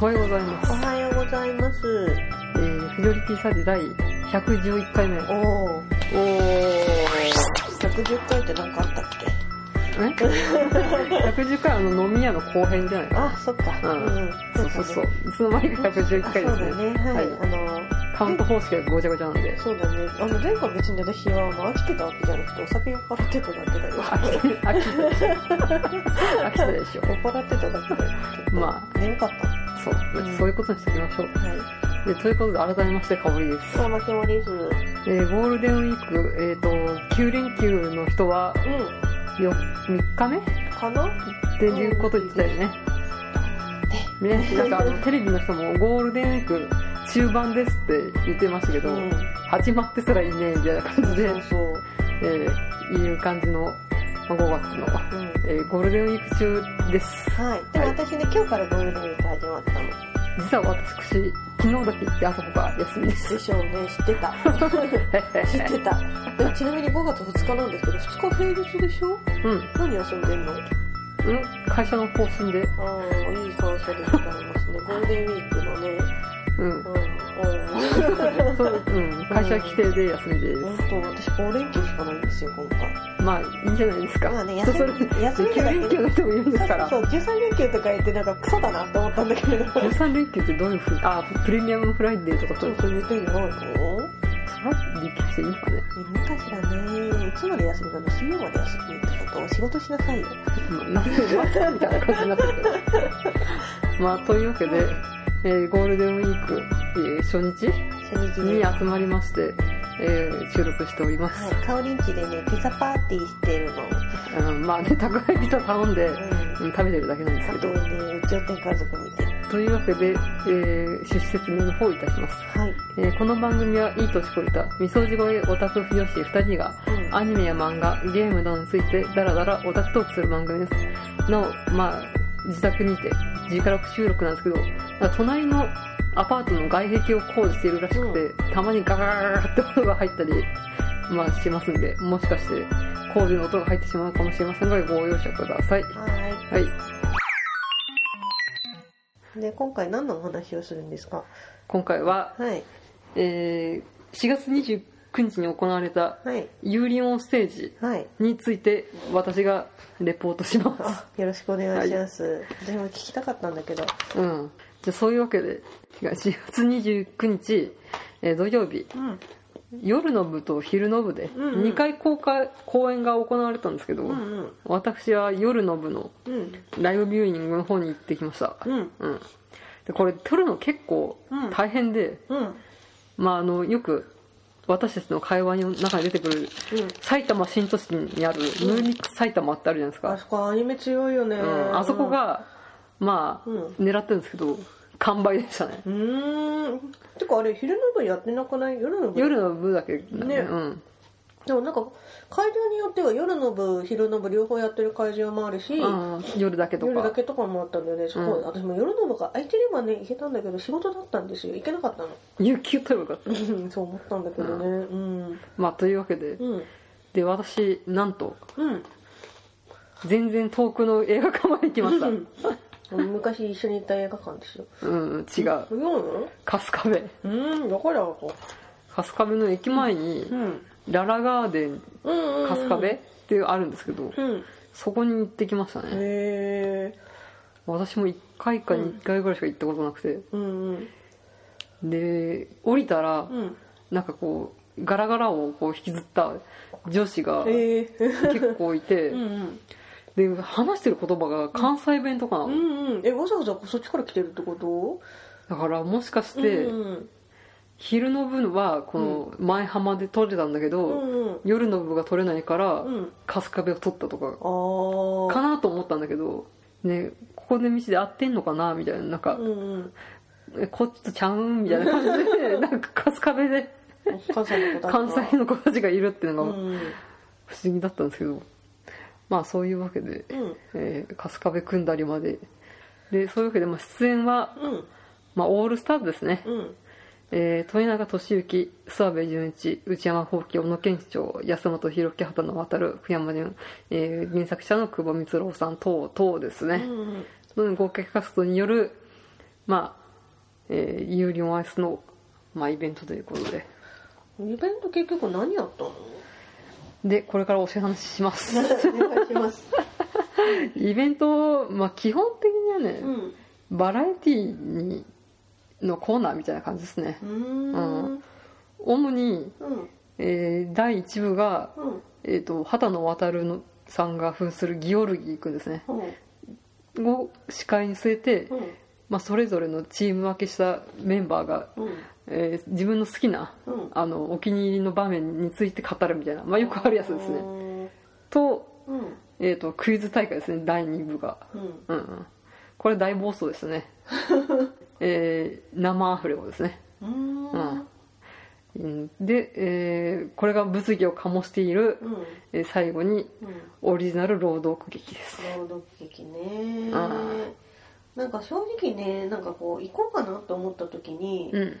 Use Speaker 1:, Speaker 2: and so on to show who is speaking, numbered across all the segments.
Speaker 1: おはようございます。
Speaker 2: おはようございます。
Speaker 1: えー、フジョリティサージ第111回目。
Speaker 2: おー。おー。110回って何かあったっけ
Speaker 1: え ?110 回あの飲み屋の後編じゃない
Speaker 2: あ、そっか。
Speaker 1: うんそうそうそう
Speaker 2: だね。。
Speaker 1: いつの間にか111回で
Speaker 2: あそ
Speaker 1: す
Speaker 2: うだ
Speaker 1: ね。
Speaker 2: ね。はい。
Speaker 1: は
Speaker 2: あの、
Speaker 1: カウント方式がごちゃごちゃなんで。
Speaker 2: そうだね。あの、前回別に私は、まあ、飽きてたわけじゃなくて、お酒酔っ払ってただけ だよ。
Speaker 1: 飽きて、飽きて、飽きてでしょ。
Speaker 2: 酔っ払ってただけだよ。
Speaker 1: ま
Speaker 2: あ。眠かった。
Speaker 1: あ、そう、
Speaker 2: うん
Speaker 1: そういうことにしておきましょう。
Speaker 2: はい。
Speaker 1: で、ということで改めまして、かおりです。
Speaker 2: あ、負けもです。うん。
Speaker 1: えー、ゴールデンウィーク、えっ、と、9連休の人は、よ、3日目
Speaker 2: かな
Speaker 1: っていうこと言ってたよね。ね、なんかあのテレビの人もゴールデンウィーク中盤ですって言ってましたけど、
Speaker 2: うん。
Speaker 1: 始まってすらいねえみたいな感じで、
Speaker 2: そうそう。
Speaker 1: えーいう感じの5月の、
Speaker 2: うん。
Speaker 1: えーゴールデンウィーク中です。
Speaker 2: はい。でも私ね、今日からゴールデンウィーク始まった の。
Speaker 1: 実は私、昨日だけ行ってあそこが休みです
Speaker 2: で。しょうね、知ってた。知ってた。でもちなみに5月2日なんですけど、2日平日でしょ
Speaker 1: うん、
Speaker 2: 何遊んでんの
Speaker 1: うん、会社の方針で、
Speaker 2: ああ、いい会社でございます ね。ゴールデンウィークのね、
Speaker 1: うん
Speaker 2: う。ん、
Speaker 1: そううん、会社規定で休みです
Speaker 2: う。ん。本当、私5連休しかないんですよ、今回。
Speaker 1: まあ、いいんじゃないですか。
Speaker 2: まあね、
Speaker 1: そ
Speaker 2: 休
Speaker 1: うそれで、
Speaker 2: み、休み
Speaker 1: 9
Speaker 2: だけ
Speaker 1: 連休の人もいるんですから。
Speaker 2: そう、13連休とか言ってなんかクソだなって思ったんだけれど。そう
Speaker 1: 13連休ってどういうふうあ、プレミアムフライデーとかそういう
Speaker 2: そう、言ってんじゃないの
Speaker 1: それは立休していいのかね。
Speaker 2: いるかしらね。いつまで休みなの水曜まで休みってこと仕事しなさいよ。
Speaker 1: まあ、なんで終わったみたいな感じになってるけど。まあ、というわけで、えーゴールデンウィーク、えー初日
Speaker 2: 初日
Speaker 1: に集まりまして、えー収録しております。
Speaker 2: はい、カオリンチでね、ピザパーティーしてるの。
Speaker 1: うん、まあね、宅配ピザ頼んで、
Speaker 2: うん。
Speaker 1: うん、食べてるだけなんです
Speaker 2: あ
Speaker 1: け
Speaker 2: と
Speaker 1: ど。
Speaker 2: ね、うちの天家族見て。
Speaker 1: というわけで、えー、出資説明の方をいたします。
Speaker 2: はい。
Speaker 1: えーこの番組はいい年こいた、みそじ越えオタク不良師2人が、
Speaker 2: うん
Speaker 1: アニメや漫画、ゲームなどについてダラダラオタクトークする番組です。なお、まあ、自宅にて、自宅収録なんですけど、なんか隣のアパートの外壁を工事しているらしくて、たまにガガガガガって音が入ったり、まあ、しますんで、もしかして工事の音が入ってしまうかもしれませんが、ご容赦ください。
Speaker 2: は
Speaker 1: はい。
Speaker 2: い。で、今回何のお話をするんですか
Speaker 1: 今回は、
Speaker 2: はい。
Speaker 1: えー、4月29日に行われた、
Speaker 2: はい。
Speaker 1: ユーリオンステージ
Speaker 2: はい。
Speaker 1: について、私がレポートします。
Speaker 2: あ、よろしくお願いします。私も聞きたかったんだけど。
Speaker 1: うん。じゃあそういうわけで、4月29日、えー土曜日、
Speaker 2: うん。
Speaker 1: 夜の部と昼の部で、
Speaker 2: うんうん
Speaker 1: 2回公開、公演が行われたんですけど、
Speaker 2: うんうん。
Speaker 1: 私は夜の部の
Speaker 2: うん。
Speaker 1: ライブビューイングの方に行ってきました。
Speaker 2: うん。
Speaker 1: うん。で、これ撮るの結構
Speaker 2: うん
Speaker 1: 大変で、
Speaker 2: うん。
Speaker 1: まああの、よく私たちの会話の中に出てくる、埼玉新都市にあるムーミックス埼玉ってあるじゃないです
Speaker 2: あ
Speaker 1: か。
Speaker 2: そこアニメ強いよね。
Speaker 1: うん。あそこ。が、まあ、
Speaker 2: うん
Speaker 1: 狙ってるんですけど、完売でしたね。
Speaker 2: うーん。てかあれ、昼の部やってなくない夜の部
Speaker 1: 夜の部だけだね
Speaker 2: ね
Speaker 1: うん
Speaker 2: でもなんか、会場によっては夜の部、昼の部両方やってる会場もあるし、
Speaker 1: あー夜だけと
Speaker 2: 夜だ
Speaker 1: か
Speaker 2: けとかもあったんだよねすごい、
Speaker 1: うん
Speaker 2: 私も夜の部が空いてればね行けたんだけど仕事だったんですよ行けなかったの
Speaker 1: 有給取ればよかっ
Speaker 2: そう思ったんだけどねうん
Speaker 1: たまあというわけで
Speaker 2: うん
Speaker 1: で私なんと
Speaker 2: うん
Speaker 1: 全然遠くの映画館まで行きました
Speaker 2: うん昔一緒に行った映画館ですよ
Speaker 1: うん違う
Speaker 2: 違うの
Speaker 1: 春日部
Speaker 2: うんだからこ
Speaker 1: 春日部の駅前に
Speaker 2: う、うん、
Speaker 1: ララガーデン
Speaker 2: うんうんうん
Speaker 1: 春日部っていうあるんですけど
Speaker 2: うんへ
Speaker 1: そこに行ってきましたね
Speaker 2: え
Speaker 1: 私も1回か2回ぐらいしか行ったことなくて
Speaker 2: うんうん
Speaker 1: で降りたら
Speaker 2: うん
Speaker 1: なんかこうガラガラをこう引きずった女子が
Speaker 2: へえ
Speaker 1: 結構いて
Speaker 2: うんうん
Speaker 1: で話してる言葉が関西弁とかな
Speaker 2: う
Speaker 1: の
Speaker 2: んうんえわざわざそっちから来てるってこと
Speaker 1: だからもしかして、
Speaker 2: うん
Speaker 1: 昼の分はこの前浜で撮れたんだけど、
Speaker 2: うんうん
Speaker 1: 夜の部が撮れないから、
Speaker 2: うんうん
Speaker 1: 春日部を撮ったとか
Speaker 2: あ
Speaker 1: か
Speaker 2: あ
Speaker 1: なと思ったんだけどねここで道で合ってんのかなみたいななんか
Speaker 2: う、んうん
Speaker 1: えこっちとちゃうんみたいな感じ でなんか春日部で
Speaker 2: 関西の子だから
Speaker 1: 関西の子たちがいるっていうの
Speaker 2: う
Speaker 1: が
Speaker 2: ん
Speaker 1: 不思議だったんですけど、まあそういうわけで、
Speaker 2: うん
Speaker 1: えー春日部組んだりまででそういうわけで、まあ、出演は、
Speaker 2: うん
Speaker 1: まあ、オールスターズですね、
Speaker 2: うん
Speaker 1: えー、豊永俊之諏訪部純一内山宝輝小野賢章安本博樹畑野渡る福山潤、えー、原作者の久保光郎さん等々です
Speaker 2: う
Speaker 1: ね、
Speaker 2: ん
Speaker 1: の合計活動による、まあ、えー、有料アイスの、まあ、イベントということで。
Speaker 2: うん、イベント結局何やったの
Speaker 1: で、これからお話しします。
Speaker 2: お願いします、
Speaker 1: イベント、まあ、基本的にはね、
Speaker 2: うん、
Speaker 1: バラエティにのコーナーみたいな感じですね
Speaker 2: う。ーん
Speaker 1: 主に、
Speaker 2: うん
Speaker 1: えー第1部が、
Speaker 2: うん
Speaker 1: えっ、と、畑野渡のさんが扮するギオルギーくんですね。
Speaker 2: うん
Speaker 1: を司会に据えて、
Speaker 2: うん
Speaker 1: まあ、それぞれのチーム分けしたメンバーが、
Speaker 2: うん
Speaker 1: えー自分の好きな
Speaker 2: うん
Speaker 1: あのお気に入りの場面について語るみたいな、まあ、よくあるやつですね
Speaker 2: ね
Speaker 1: と,、
Speaker 2: うん
Speaker 1: えー、とクイズ大会ですね第2部が、
Speaker 2: うん
Speaker 1: うんうん、これ大暴走でした ね、えー生アフレコですね、
Speaker 2: うーん
Speaker 1: う
Speaker 2: うん
Speaker 1: んうんで、えーこれが物議を醸している、
Speaker 2: うん
Speaker 1: えー最後にオリジナル朗読劇です
Speaker 2: 朗読劇ね
Speaker 1: あ
Speaker 2: なんか正直ねなんかこう行こうかなと思った時に、
Speaker 1: うん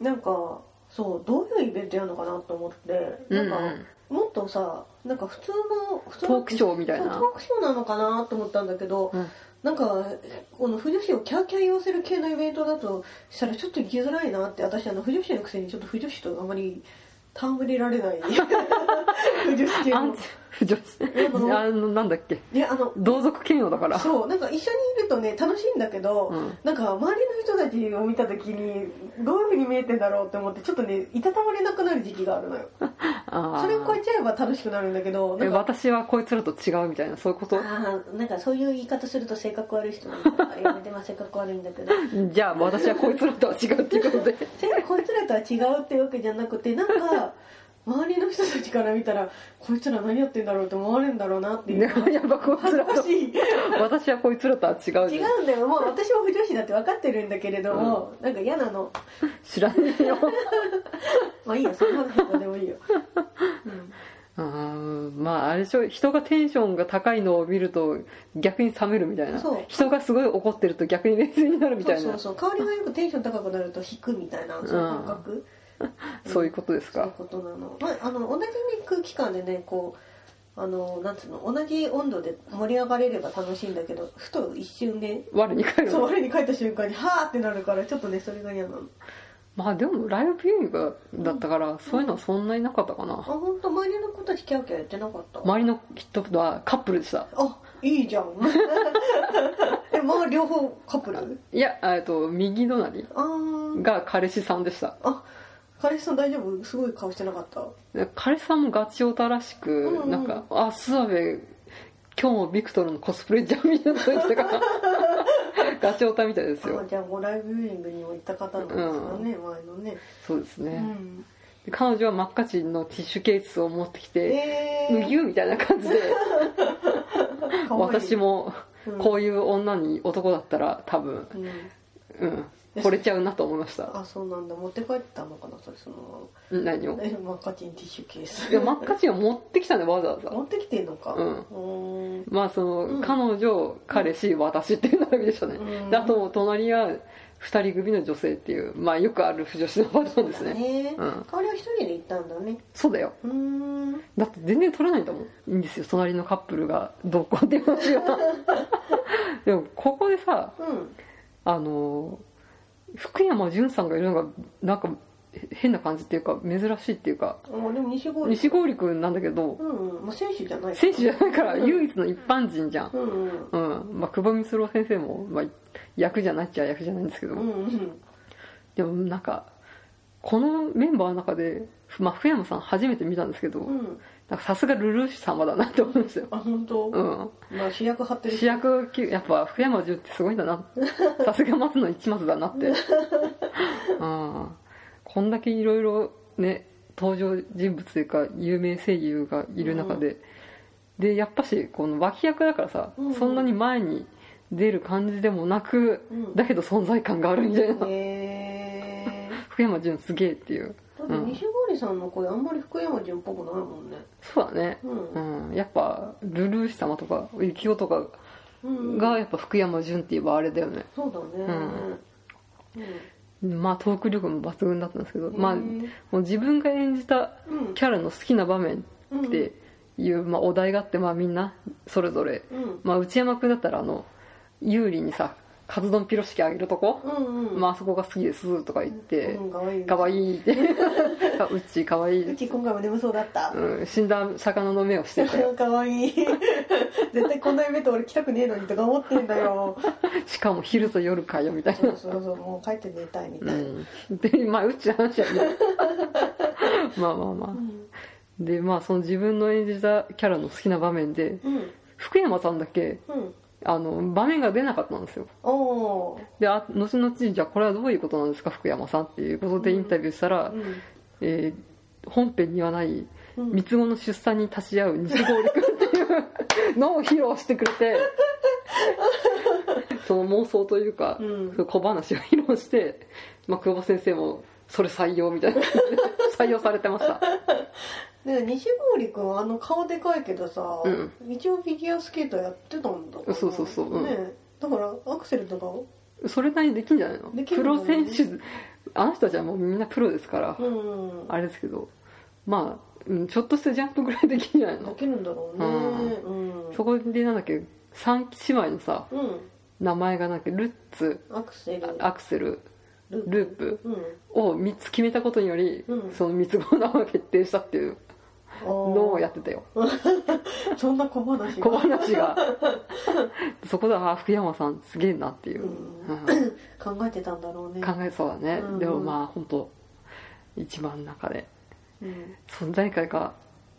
Speaker 2: なんかそうどういうイベントやるのかなと思って
Speaker 1: う
Speaker 2: なん
Speaker 1: ん
Speaker 2: か、
Speaker 1: うん
Speaker 2: もっとさなんか普通の普通
Speaker 1: ト
Speaker 2: の
Speaker 1: ークショーみたい
Speaker 2: そ
Speaker 1: な
Speaker 2: うトークショーなのかなと思ったんだけど、
Speaker 1: うん
Speaker 2: なんかこの不女子をキャーキャー言わせる系のイベントだとしたらちょっと行きづらいなって私あの不女子のくせにちょっと不女子とあまり戯れられ ない不女子系
Speaker 1: アン
Speaker 2: の
Speaker 1: チ不女子あのなんだっけ
Speaker 2: いやあの
Speaker 1: 同族嫌悪だから
Speaker 2: そうなんか一緒にいるとね楽しいんだけど、
Speaker 1: うん
Speaker 2: なんか周りの人たちを見た時にどういうふうに見えてんだろうって思ってちょっとねいたたまれなくなる時期があるのよ
Speaker 1: あー
Speaker 2: それを超えちゃえば楽しくなるんだけどな
Speaker 1: え
Speaker 2: んか
Speaker 1: 私はこいつらと違うみたいなそういうこと
Speaker 2: あーなんかそういう言い方すると性格悪い人なんだからやめてまあ性格悪いんだけ ど
Speaker 1: じゃあ私はこいつらとは違うっていうことで
Speaker 2: 全然こいつらとは違うってわけじゃなくてなんか周りの人たちから見たらこいつら何やってんだろうって思われるんだろうなっていう
Speaker 1: ね やっぱこいつ
Speaker 2: 恥ず
Speaker 1: ら
Speaker 2: か
Speaker 1: と
Speaker 2: しい
Speaker 1: 私はこいつらとは違う
Speaker 2: 違
Speaker 1: じゃん
Speaker 2: うんだよもう私も不女子だって分かってるんだけれども、なんか嫌なの
Speaker 1: 知らねえよ
Speaker 2: まあいいよそんなのどうでもいいよ、
Speaker 1: あ
Speaker 2: うん
Speaker 1: ーまああれでしょ人がテンションが高いのを見ると逆に冷めるみたいな
Speaker 2: そう
Speaker 1: 人がすごい怒ってると逆に冷静になるみたいな
Speaker 2: そ
Speaker 1: そう
Speaker 2: うそうそう香りがよくテンション高くなると引くみたいなそういう感覚、
Speaker 1: いうことです
Speaker 2: そういう
Speaker 1: か
Speaker 2: ことなの,、まあ、あの同じね空気感でねこうあのなんつうの同じ温度で盛り上がれれば楽しいんだけどふと一瞬ね
Speaker 1: 我に返る
Speaker 2: そう
Speaker 1: の
Speaker 2: 我に帰った瞬間にはーってなるからちょっとねそれが嫌なの
Speaker 1: まあでもライブビューイングだったから、そういうのはそんなになかったか
Speaker 2: あ
Speaker 1: な、
Speaker 2: 本当周りの子たちキャーキャーやってなかった
Speaker 1: 周りの人とはカップルでした
Speaker 2: あいいじゃん えまあ両方カップル
Speaker 1: いやえっと右隣
Speaker 2: あー
Speaker 1: が彼氏さんでした
Speaker 2: あ彼氏さん大丈夫すごい顔してなかった
Speaker 1: 彼氏さんもガチオタらしく、
Speaker 2: うんうん
Speaker 1: なんか「あ諏訪部今日もビクトルのコスプレじゃん」みたいなこと言ってたから ガチオタみたいです
Speaker 2: あ
Speaker 1: よ
Speaker 2: じゃあもうライブビューイングにも行った方なんですかね、前のね、
Speaker 1: そうです
Speaker 2: う
Speaker 1: ね、
Speaker 2: ん、
Speaker 1: で彼女は真っ赤ちのティッシュケースを持ってきて「
Speaker 2: え
Speaker 1: うぎゅ」みたいな感じで
Speaker 2: ー、
Speaker 1: 私
Speaker 2: も、
Speaker 1: も
Speaker 2: うん
Speaker 1: こういう女に男だったら多分
Speaker 2: う
Speaker 1: う
Speaker 2: ん
Speaker 1: ん惚れちゃうなと思いました
Speaker 2: あそうなんだ持って帰ったのかなそれその
Speaker 1: 何を
Speaker 2: ままえマッカチンティッシュケース
Speaker 1: いや真っ赤ちは持ってきたねわざわざ
Speaker 2: 持ってきてんのか
Speaker 1: うん
Speaker 2: ん
Speaker 1: まあその、
Speaker 2: うん
Speaker 1: 彼女彼氏私っていう並びでしたね、
Speaker 2: うん
Speaker 1: であと隣は2人組の女性っていうまあよくある不女子のパターンですね
Speaker 2: ね
Speaker 1: うん
Speaker 2: 香りは一人で行ったんだね
Speaker 1: そうだよ
Speaker 2: うーん
Speaker 1: だって全然取れないんだもんいいんですよ隣のカップルがどうこうっていう 話はでもここでさ
Speaker 2: うん
Speaker 1: あの福山潤さんがいるのがなんかへ変な感じっていうか珍しいっていうか
Speaker 2: あでも西郷
Speaker 1: 西郡君なんだけど
Speaker 2: うんうんまあ選手じゃない
Speaker 1: 選手じゃないから唯一の一般人じゃん
Speaker 2: うんうん
Speaker 1: うんまあ、久保光郎先生も、まあ、役じゃないっちゃ役じゃないんですけど、
Speaker 2: うんうん
Speaker 1: でもなんかこのメンバーの中で、まあ、福山さん初めて見たんですけど
Speaker 2: うん
Speaker 1: なんかさすがルルーシュ様だなって思うんですよ、
Speaker 2: あ本当、
Speaker 1: うん、
Speaker 2: まあ主役張ってる
Speaker 1: 主役級やっぱ福山潤ってすごいんだなさすが松野一松だなって、うん、こんだけいろいろね登場人物というか有名声優がいる中で、でやっぱしこの脇役だからさ、
Speaker 2: うん
Speaker 1: そんなに前に出る感じでもなく、
Speaker 2: うん
Speaker 1: だけど存在感があるみたいな、
Speaker 2: へえ
Speaker 1: 福山潤すげえっていう
Speaker 2: だって西郷さんの声あんまり福山潤っぽくないもんね
Speaker 1: そうだね、
Speaker 2: うん
Speaker 1: うん、やっぱルルーシュ様とか幸男とか
Speaker 2: うん
Speaker 1: がやっぱ福山潤って言えばあれだよね
Speaker 2: そうだね
Speaker 1: ん
Speaker 2: うん
Speaker 1: まあトーク力も抜群だったんですけど、まあ
Speaker 2: う
Speaker 1: も
Speaker 2: ん
Speaker 1: う自分が演じたキャラの好きな場面
Speaker 2: うん
Speaker 1: っていう、まあ、お題があって、まあ、みんなそれぞれ、
Speaker 2: うん
Speaker 1: まあ、内山君だったらあの有利にさカツ丼ピロシキあげるとこ、
Speaker 2: うんうん
Speaker 1: まああそこが好きですとか言って
Speaker 2: うん、かわいい
Speaker 1: かわいいって あうっちーかわいい、
Speaker 2: うち今回も眠そうだった、
Speaker 1: うん、死んだ魚の目をしてた よ
Speaker 2: かわいい絶対こんなイベント俺来たくねえのにとか思ってんだよ
Speaker 1: しかも昼と夜かよみたい
Speaker 2: そ
Speaker 1: な
Speaker 2: うそうそうもう帰って寝たいみたいうな、
Speaker 1: んでまあうっちーの話はね まあまあまあ
Speaker 2: うん
Speaker 1: でまあその自分の演じたキャラの好きな場面で
Speaker 2: うん
Speaker 1: 福山さんだけ
Speaker 2: うん
Speaker 1: あの場面が出なかったんですよ
Speaker 2: おお
Speaker 1: であ後々じゃあこれはどういうことなんですか福山さんっていうことでインタビューしたら、
Speaker 2: ーうん
Speaker 1: えー本編にはない
Speaker 2: うん
Speaker 1: 三つ子の出産に立ち会う西郷陸っていうのを披露してくれ てその妄想というか、
Speaker 2: うん
Speaker 1: その小話を披露して、まあ、久保先生もそれ採用みたいな感じ で採用されてました
Speaker 2: ね西郡君はあの顔でかいけどさ、
Speaker 1: うん
Speaker 2: 一応フィギュアスケートやってたんだから
Speaker 1: そうそうそううん
Speaker 2: ねだからアクセルとかを
Speaker 1: それなりにできんじゃないの
Speaker 2: でき
Speaker 1: プ
Speaker 2: るの
Speaker 1: ロ
Speaker 2: ね
Speaker 1: 選手あの人たちはもうみんなプロですから、
Speaker 2: うん
Speaker 1: あれですけどまあうんちょっとしたジャンプぐらいできんじゃない
Speaker 2: で
Speaker 1: の
Speaker 2: きるんだろうねうん、うん
Speaker 1: そこでなんだっけ3姉妹のさ名前がなんだっけルッツ
Speaker 2: アクセル
Speaker 1: あアクセル
Speaker 2: ル
Speaker 1: ループ
Speaker 2: うん
Speaker 1: を3つ決めたことにより、
Speaker 2: うん
Speaker 1: その三つ子の名前を決定したっていうのをやってたよ
Speaker 2: あーそんな小話が
Speaker 1: 小話 がそこでああ福山さんすげえなっていう、
Speaker 2: うん
Speaker 1: うん
Speaker 2: 考えてたんだろうね
Speaker 1: 考えそうだね、
Speaker 2: うん
Speaker 1: でもまあ本当一番の中で
Speaker 2: うん
Speaker 1: 存在感が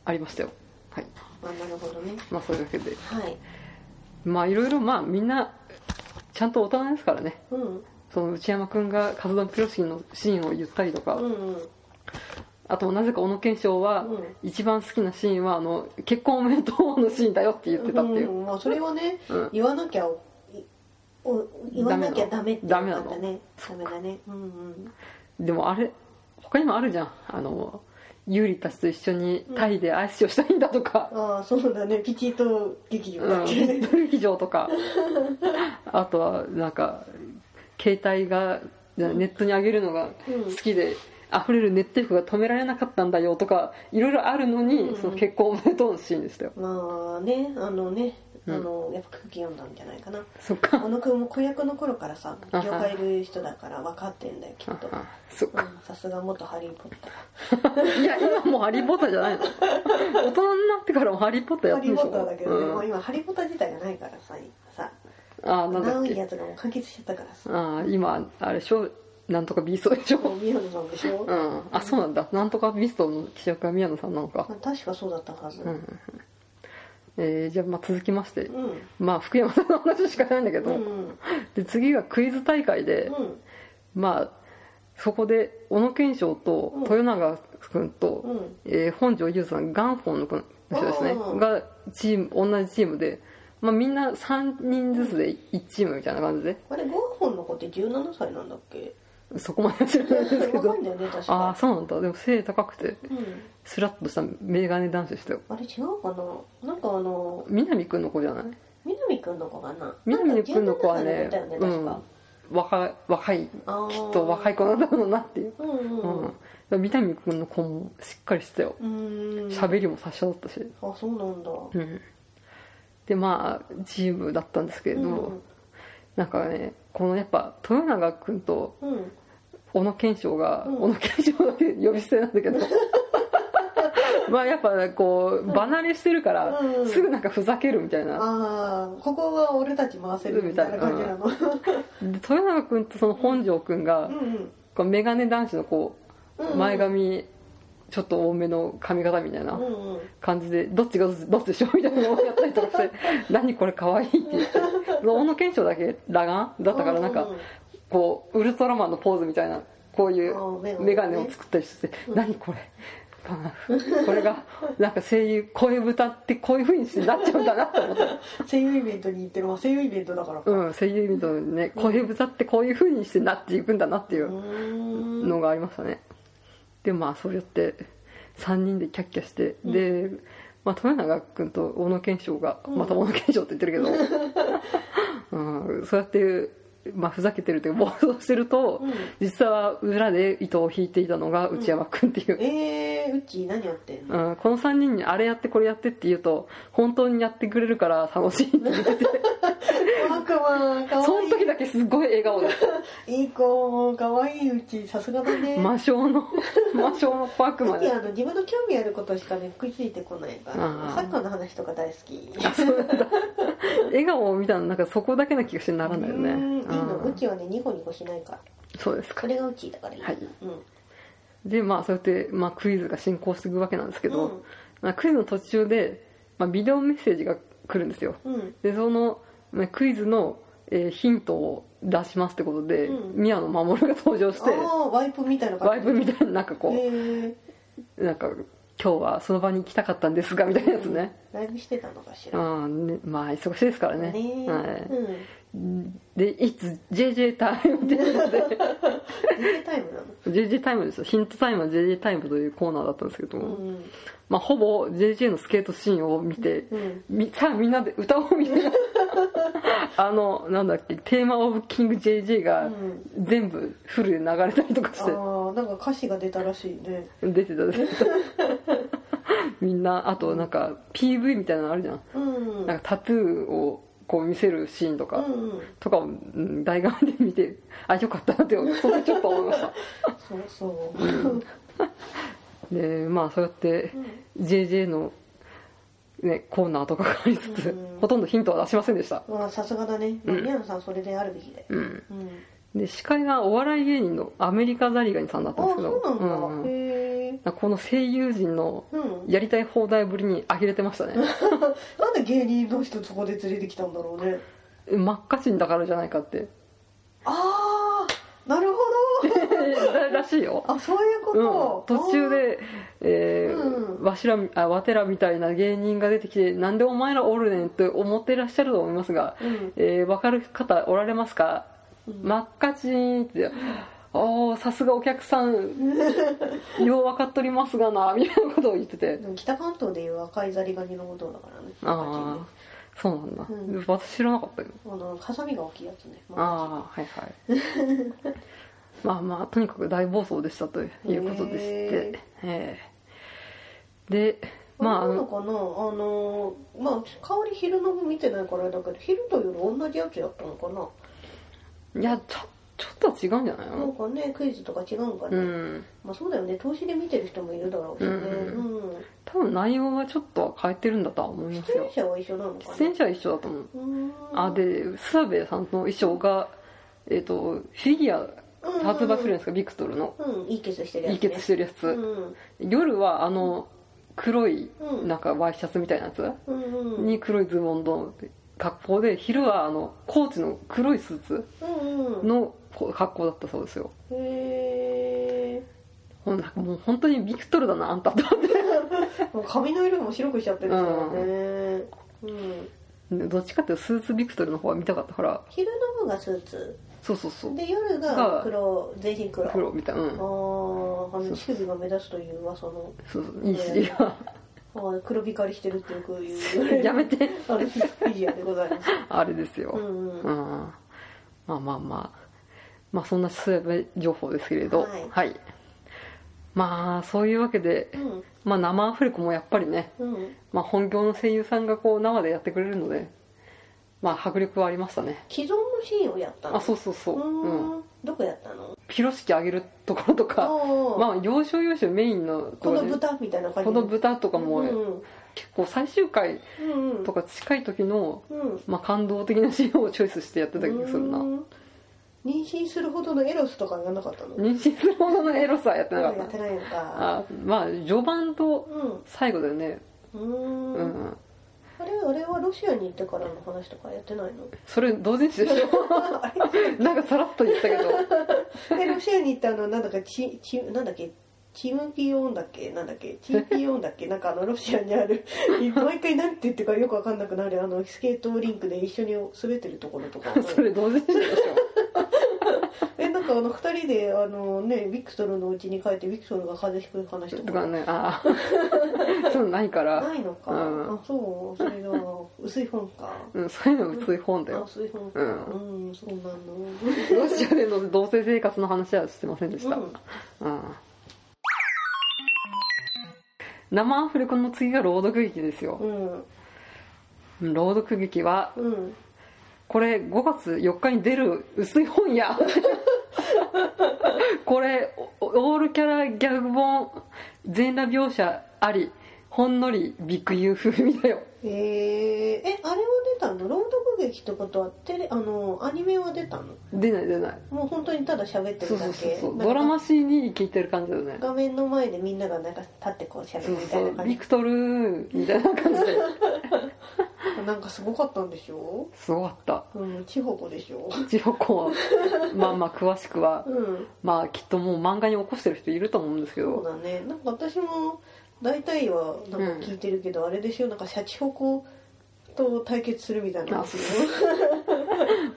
Speaker 1: ありましたよはい
Speaker 2: あなるほどね
Speaker 1: まあそれだけで
Speaker 2: はい
Speaker 1: まあいろいろまあみんなちゃんと大人ですからね
Speaker 2: うん
Speaker 1: その内山君がカツ丼プロシーンのシーンを言ったりとか、
Speaker 2: うんうん
Speaker 1: あとなぜか小野賢章は、
Speaker 2: うん
Speaker 1: 一番好きなシーンはあの結婚おめでとうのシーンだよって言ってたっていう、
Speaker 2: うんまあそれはね、
Speaker 1: うん
Speaker 2: 言わなきゃおお言わなきゃダメって
Speaker 1: ダメなの
Speaker 2: だねダメだねうんうん
Speaker 1: でもあれ他にもあるじゃんあのユーリたちと一緒にタイでアイスをしたいんだとか、
Speaker 2: ああそうだねピチッと劇場
Speaker 1: う
Speaker 2: だ
Speaker 1: ん、
Speaker 2: っ
Speaker 1: ビッ
Speaker 2: け
Speaker 1: ト劇場と かあとはなんか携帯がネットに上げるのが好きで、溢れる熱テフが止められなかったんだよとかいろいろあるのに、
Speaker 2: うん
Speaker 1: その結婚おめでとうのシーンでしたよ
Speaker 2: まあねあのねあ
Speaker 1: うん
Speaker 2: のやっぱ空気読んだんじゃないかな
Speaker 1: そっか
Speaker 2: 小野君も子役の頃からさ
Speaker 1: あは
Speaker 2: 業界いる人だから分かってんだよきっと
Speaker 1: あそっ
Speaker 2: う
Speaker 1: か
Speaker 2: んさすが元ハリー・ポッタ
Speaker 1: いや今もう「ハリー・ポッター」じゃないの大人になってからも「ハリー・ポッター」
Speaker 2: ー
Speaker 1: や
Speaker 2: ハ
Speaker 1: ってるで
Speaker 2: リー・ポ
Speaker 1: しょ
Speaker 2: ッターだけどね、
Speaker 1: うん
Speaker 2: もう今ハリー・ポッター自体がないからさ今さ
Speaker 1: ああなんだっ
Speaker 2: 長い
Speaker 1: け
Speaker 2: やつがもう完結しちゃったからさ
Speaker 1: ああ今あれしょなんとかビーストでし
Speaker 2: も
Speaker 1: ょ
Speaker 2: う宮野さんでしょ、
Speaker 1: う
Speaker 2: ま
Speaker 1: んあそうなんだなんとかビーストの記者が宮野さんなのか
Speaker 2: あ確かそうだったはず、
Speaker 1: うんえーじゃあまあ続きまして
Speaker 2: うん
Speaker 1: まあ福山さんの話しかないんだけ
Speaker 2: う
Speaker 1: ど、
Speaker 2: んうん
Speaker 1: で次がクイズ大会で、まあそこで小野賢章と豊永君と、
Speaker 2: うんうん
Speaker 1: えー本庄優さん元本の君の人ですね
Speaker 2: うん
Speaker 1: がチーム同じチームで、まあ、みんな3人ずつで1チームみたいな感じで
Speaker 2: あれゴーホンの子って17歳なんだっ け
Speaker 1: そこまでは知らないんですけ
Speaker 2: わか
Speaker 1: ど
Speaker 2: んないよね確
Speaker 1: ああ
Speaker 2: か
Speaker 1: そうなんだでも背高くて
Speaker 2: うん
Speaker 1: スラッとしたメガネ男子でしたよ
Speaker 2: あれ違うかななんかあの
Speaker 1: 南くんの子じゃない
Speaker 2: 南くんの子かな
Speaker 1: 南くんの子は
Speaker 2: なん
Speaker 1: ね
Speaker 2: か17歳の子だ
Speaker 1: う
Speaker 2: よね確か
Speaker 1: ん、若い若いき
Speaker 2: あー
Speaker 1: っと若い子なんだろうなっていう、
Speaker 2: うんうん
Speaker 1: う
Speaker 2: うん
Speaker 1: ん、南くんの子もしっかりしてたよ
Speaker 2: うーん
Speaker 1: 喋りも達者だったし
Speaker 2: あそうなんだ
Speaker 1: うん、でまあチームだったんですけれど、
Speaker 2: うん
Speaker 1: なんかねこのやっぱ豊永君と
Speaker 2: うん
Speaker 1: 小野賢章が、
Speaker 2: うん
Speaker 1: 小野賢章だけ呼び捨てなん だけどまあやっぱねこう離れしてるから、
Speaker 2: うん
Speaker 1: すぐなんかふざけるみたいな、
Speaker 2: ああここは俺たち回せるみたいな感じなの
Speaker 1: で豊永君とその本庄君が、
Speaker 2: うんうん
Speaker 1: こうメガネ男子のこう、
Speaker 2: うんうん
Speaker 1: 前髪ちょっと多めの髪型みたいな、
Speaker 2: うんうん
Speaker 1: 感じでどっちがどっちでしょみたいなのをやったりとかして 「何これかわいい」って言って小野賢章だけ裸眼だったからなんか
Speaker 2: うんうん
Speaker 1: こうウルトラマンのポーズみたいなこういう
Speaker 2: あー眼鏡ね
Speaker 1: 眼鏡を作ったりして「何これ」あーこれがなんか声優声豚ってこういうふうにしてなっちゃうんだなと思って、
Speaker 2: 声優イベントに行ってるまあ声優イベントだから
Speaker 1: うん、声優みたいにね声豚ってこういうふうにしてなっていくんだなっていうう
Speaker 2: ーん
Speaker 1: のがありましたねでまあそうやって3人でキャッキャして、で、まあ、豊永君と小野賢章が、
Speaker 2: うん
Speaker 1: また小野賢章って言ってるけど、うんそうやってまあ、ふざけてるというか暴走してると、
Speaker 2: うん、
Speaker 1: 実は裏で糸を引いていたのが内山君っていう、
Speaker 2: えー、うっちー何やってんの
Speaker 1: うん、この3人にあれやってこれやってって言うと本当にやってくれるから楽しいって言って
Speaker 2: 悪魔か
Speaker 1: そ
Speaker 2: わい
Speaker 1: の時だけすごい笑顔で
Speaker 2: いいい子かわいいうちさすがだね、
Speaker 1: 魔性 の魔性のパークま
Speaker 2: い
Speaker 1: で
Speaker 2: やあの自分の興味あることしかね食いついてこないから
Speaker 1: あー
Speaker 2: サッカーの話とか大好き
Speaker 1: あそうなんだ笑顔を見たのなんかそこだけな気がしてならないよね
Speaker 2: うんいいの
Speaker 1: う
Speaker 2: うんちはねニコニコしないから
Speaker 1: そうですか
Speaker 2: これがうちだからいい、
Speaker 1: はい
Speaker 2: うん
Speaker 1: でまあそうやって、まあ、クイズが進行していくわけなんですけど、
Speaker 2: うん
Speaker 1: まあクイズの途中で、まあ、ビデオメッセージが来るんですよ
Speaker 2: うん
Speaker 1: でそのまあクイズの、えーヒントを出しますってことで、
Speaker 2: うん
Speaker 1: 宮野真守が登場し
Speaker 2: あ
Speaker 1: て
Speaker 2: あワイプみたいな
Speaker 1: ワイプみ
Speaker 2: い
Speaker 1: たいななんかこ
Speaker 2: え
Speaker 1: うなんか今日はその場に行きたかったんですがみたいなやつね,、
Speaker 2: ライブしてたのかし
Speaker 1: う
Speaker 2: ら
Speaker 1: ん、ねまあ忙しいですからね
Speaker 2: ね
Speaker 1: はい、
Speaker 2: うん
Speaker 1: で「いつ JJ タイム」っていうの で
Speaker 2: リレータイムなの
Speaker 1: JJ タイムですよヒントタイムは JJ タイムというコーナーだったんですけども、
Speaker 2: うん
Speaker 1: まあ、ほぼ JJ のスケートシーンを見て、
Speaker 2: うん
Speaker 1: みさあみんなで歌おうみた いなあのなんだっけテーマ・オブ・キング JJ
Speaker 2: う
Speaker 1: が
Speaker 2: ん
Speaker 1: 全部フルで流れたりとかして
Speaker 2: ああなんか歌詞が出たらしいね
Speaker 1: 出てた出てたみんなあとなんか PV みたいなのあるじゃん
Speaker 2: うん
Speaker 1: なんかタトゥーをこう見せるシーンとか、
Speaker 2: うんうん
Speaker 1: とかをうん大画面で見てあよかったなってそこでちょっと思いました
Speaker 2: そうそううん
Speaker 1: でまあそうやって
Speaker 2: うん
Speaker 1: JJ の、ね、コーナーとかがありつつ、
Speaker 2: うん
Speaker 1: ほとんどヒントは出しませんでした、
Speaker 2: まあさすがだねまあ宮野さんそれであるべきで
Speaker 1: うん、
Speaker 2: うん
Speaker 1: で司会がお笑い芸人のアメリカザリガニさんだっ
Speaker 2: あ
Speaker 1: たんですけど
Speaker 2: そうな
Speaker 1: う
Speaker 2: んだ
Speaker 1: ん
Speaker 2: へえ
Speaker 1: この声優陣の
Speaker 2: うん
Speaker 1: やりたい放題ぶりに呆れてましたね
Speaker 2: なんで芸人の人そこで連れてきたんだろうね
Speaker 1: 真っ赤チンだからじゃないかって
Speaker 2: ああなるほど
Speaker 1: ららしいよ
Speaker 2: あそういう
Speaker 1: うん
Speaker 2: こ、と、
Speaker 1: 途中で、えー
Speaker 2: うん
Speaker 1: わしらあわてらみたいな芸人が出てきてなんでお前らおるねんって思ってらっしゃると思いますが、
Speaker 2: うん
Speaker 1: えー、分かる方おられますか、
Speaker 2: うん
Speaker 1: 真っ赤ちーんっておーさすがお客さ んよう分かっとりますがなみたいなことを言ってて
Speaker 2: でも北関東でいう赤いザリガニのことだからね
Speaker 1: ああそうなんだ、
Speaker 2: うん
Speaker 1: 私知らなかったよ
Speaker 2: あのハサミが大きいやつね
Speaker 1: ああはいはい まあまあとにかく大暴走でしたということでして、ええでまああ
Speaker 2: まあなの
Speaker 1: の
Speaker 2: かなあのまあ香り昼の部見てないからあれだけど昼と夜同じやつやったのかない
Speaker 1: やちょちょっとは違うんじゃない
Speaker 2: な
Speaker 1: の
Speaker 2: んかねクイズとか違うんか
Speaker 1: う
Speaker 2: ね、
Speaker 1: ん
Speaker 2: まあそうだよね投資で見てる人もいるだろうしね
Speaker 1: う
Speaker 2: うん、
Speaker 1: 多分内容はちょっとは変えてるんだとは思います
Speaker 2: 出演
Speaker 1: よ
Speaker 2: 者は一緒なのか
Speaker 1: 出
Speaker 2: な
Speaker 1: 演者は一緒だと思う
Speaker 2: うん
Speaker 1: あで諏訪部さんの衣装がえっ、とフィギュア発売するじゃないですかビクトルの
Speaker 2: うんいいケースしてるや
Speaker 1: 輸
Speaker 2: つ、ね、
Speaker 1: 血してるやつ、
Speaker 2: うん
Speaker 1: 夜はあの黒い
Speaker 2: うん
Speaker 1: なんかワイシャツみたいなやつ、
Speaker 2: うんうん
Speaker 1: に黒いズボンの格好で昼はあのコーチの黒いスーツ
Speaker 2: うんうん
Speaker 1: のこ格好だったそうですよ
Speaker 2: へ
Speaker 1: ほんなんかもう本当にビクトルだなあんた と思っ
Speaker 2: え髪の色も白くしちゃってるからね、うん、
Speaker 1: てどっちかっていうとスーツビクトルの方が見たかったから
Speaker 2: 昼の部がスーツ
Speaker 1: そうそうそう
Speaker 2: で夜
Speaker 1: が
Speaker 2: が黒全身黒
Speaker 1: 黒みたいな、うん、
Speaker 2: あ
Speaker 1: そ
Speaker 2: ーあの乳首が目立つという噂の
Speaker 1: うそういいし、
Speaker 2: あー黒光りしてるってよく言う
Speaker 1: やめて
Speaker 2: あれフィギュアでござ います
Speaker 1: あれですよ、
Speaker 2: うんうん
Speaker 1: うんまあまあまあまあそんな数え情報ですけれど
Speaker 2: はい
Speaker 1: はい、まあそういうわけで、
Speaker 2: うん
Speaker 1: まあ、生アフレコもやっぱりね、
Speaker 2: うん
Speaker 1: まあ、本業の声優さんがこう生でやってくれるのでまあ迫力はありましたね
Speaker 2: 既存のシーンをやったの
Speaker 1: あそうそうそう
Speaker 2: う
Speaker 1: うん
Speaker 2: ーんどこやったの
Speaker 1: ピロシキ上げるところとか
Speaker 2: おー
Speaker 1: まあ要所要所メインのと
Speaker 2: こ
Speaker 1: ころ
Speaker 2: の
Speaker 1: で
Speaker 2: 豚みたいな感じ
Speaker 1: この豚とかも、
Speaker 2: うんうん
Speaker 1: 結構最終回
Speaker 2: うんうん
Speaker 1: とか近い時の、
Speaker 2: うん
Speaker 1: まあ、感動的なシーンをチョイスしてやってた気がするな
Speaker 2: うーん妊娠するほどのエロスとかがなかったの
Speaker 1: 妊娠するほどのエロさはやってなか
Speaker 2: や
Speaker 1: っ
Speaker 2: って
Speaker 1: た
Speaker 2: ないのか
Speaker 1: あまあ序盤と
Speaker 2: う
Speaker 1: 最後だよね
Speaker 2: んう
Speaker 1: う
Speaker 2: ーん、
Speaker 1: ん
Speaker 2: あれあれはロシアに行ってからの話とかやってないの
Speaker 1: それ同人誌でし
Speaker 2: あれ
Speaker 1: ょ なんかさらっと言ったけど
Speaker 2: えロシアに行ったのなんだかチチなんだっけチムピオンだっけなんだっけチーピオンだっけなんかあのロシアにある 毎回なんて言ってるかよくわかんなくなるあの スケートリンクで一緒に滑ってるところとか
Speaker 1: それ同人誌でしょ
Speaker 2: えななんかあの二人であのねビクトルの家に帰ってビクトルが風邪ひく話と
Speaker 1: と
Speaker 2: か
Speaker 1: かねああ そういうのないから、
Speaker 2: ないのか、
Speaker 1: うん
Speaker 2: あそうそれが薄い本か
Speaker 1: うん、そういうの薄い本だ
Speaker 2: あ
Speaker 1: よ
Speaker 2: 薄い本か
Speaker 1: う
Speaker 2: うん、そうなの
Speaker 1: ロシアでの同棲生活の話はしてませんでした、
Speaker 2: うん
Speaker 1: うん生アフレコの次が朗読劇ですよ、
Speaker 2: うん
Speaker 1: 朗読劇は
Speaker 2: うん
Speaker 1: これ5月4日に出る薄い本や これおオールキャラギャグ本全裸描写ありほんのりビッグユー風味だよ
Speaker 2: えー、えあれは出たの朗読劇ってことはテレあのアニメは出たの
Speaker 1: 出ない出ない
Speaker 2: もう本当にただ喋って
Speaker 1: そう
Speaker 2: るだ
Speaker 1: そう
Speaker 2: け
Speaker 1: そうそう
Speaker 2: なんか
Speaker 1: ドラマ CD 聞いてる感じだよね
Speaker 2: 画面の前でみんながなんか立ってこう喋
Speaker 1: そ
Speaker 2: る
Speaker 1: う
Speaker 2: みたい
Speaker 1: そ
Speaker 2: な
Speaker 1: う
Speaker 2: 感
Speaker 1: ビ
Speaker 2: じ
Speaker 1: クトルーみたいな感じで
Speaker 2: なんかすごかったんでしょ
Speaker 1: すごかった
Speaker 2: うん地方子でしょ
Speaker 1: 千穂子 はまあまあ詳しくは
Speaker 2: うん
Speaker 1: まあきっともう漫画に起こしてる人いると思うんですけ
Speaker 2: そう
Speaker 1: ど
Speaker 2: だねなんか私も大体はなんか聞いてるけど、あれでしょなんかシャチホコと対決するみたいな
Speaker 1: あそう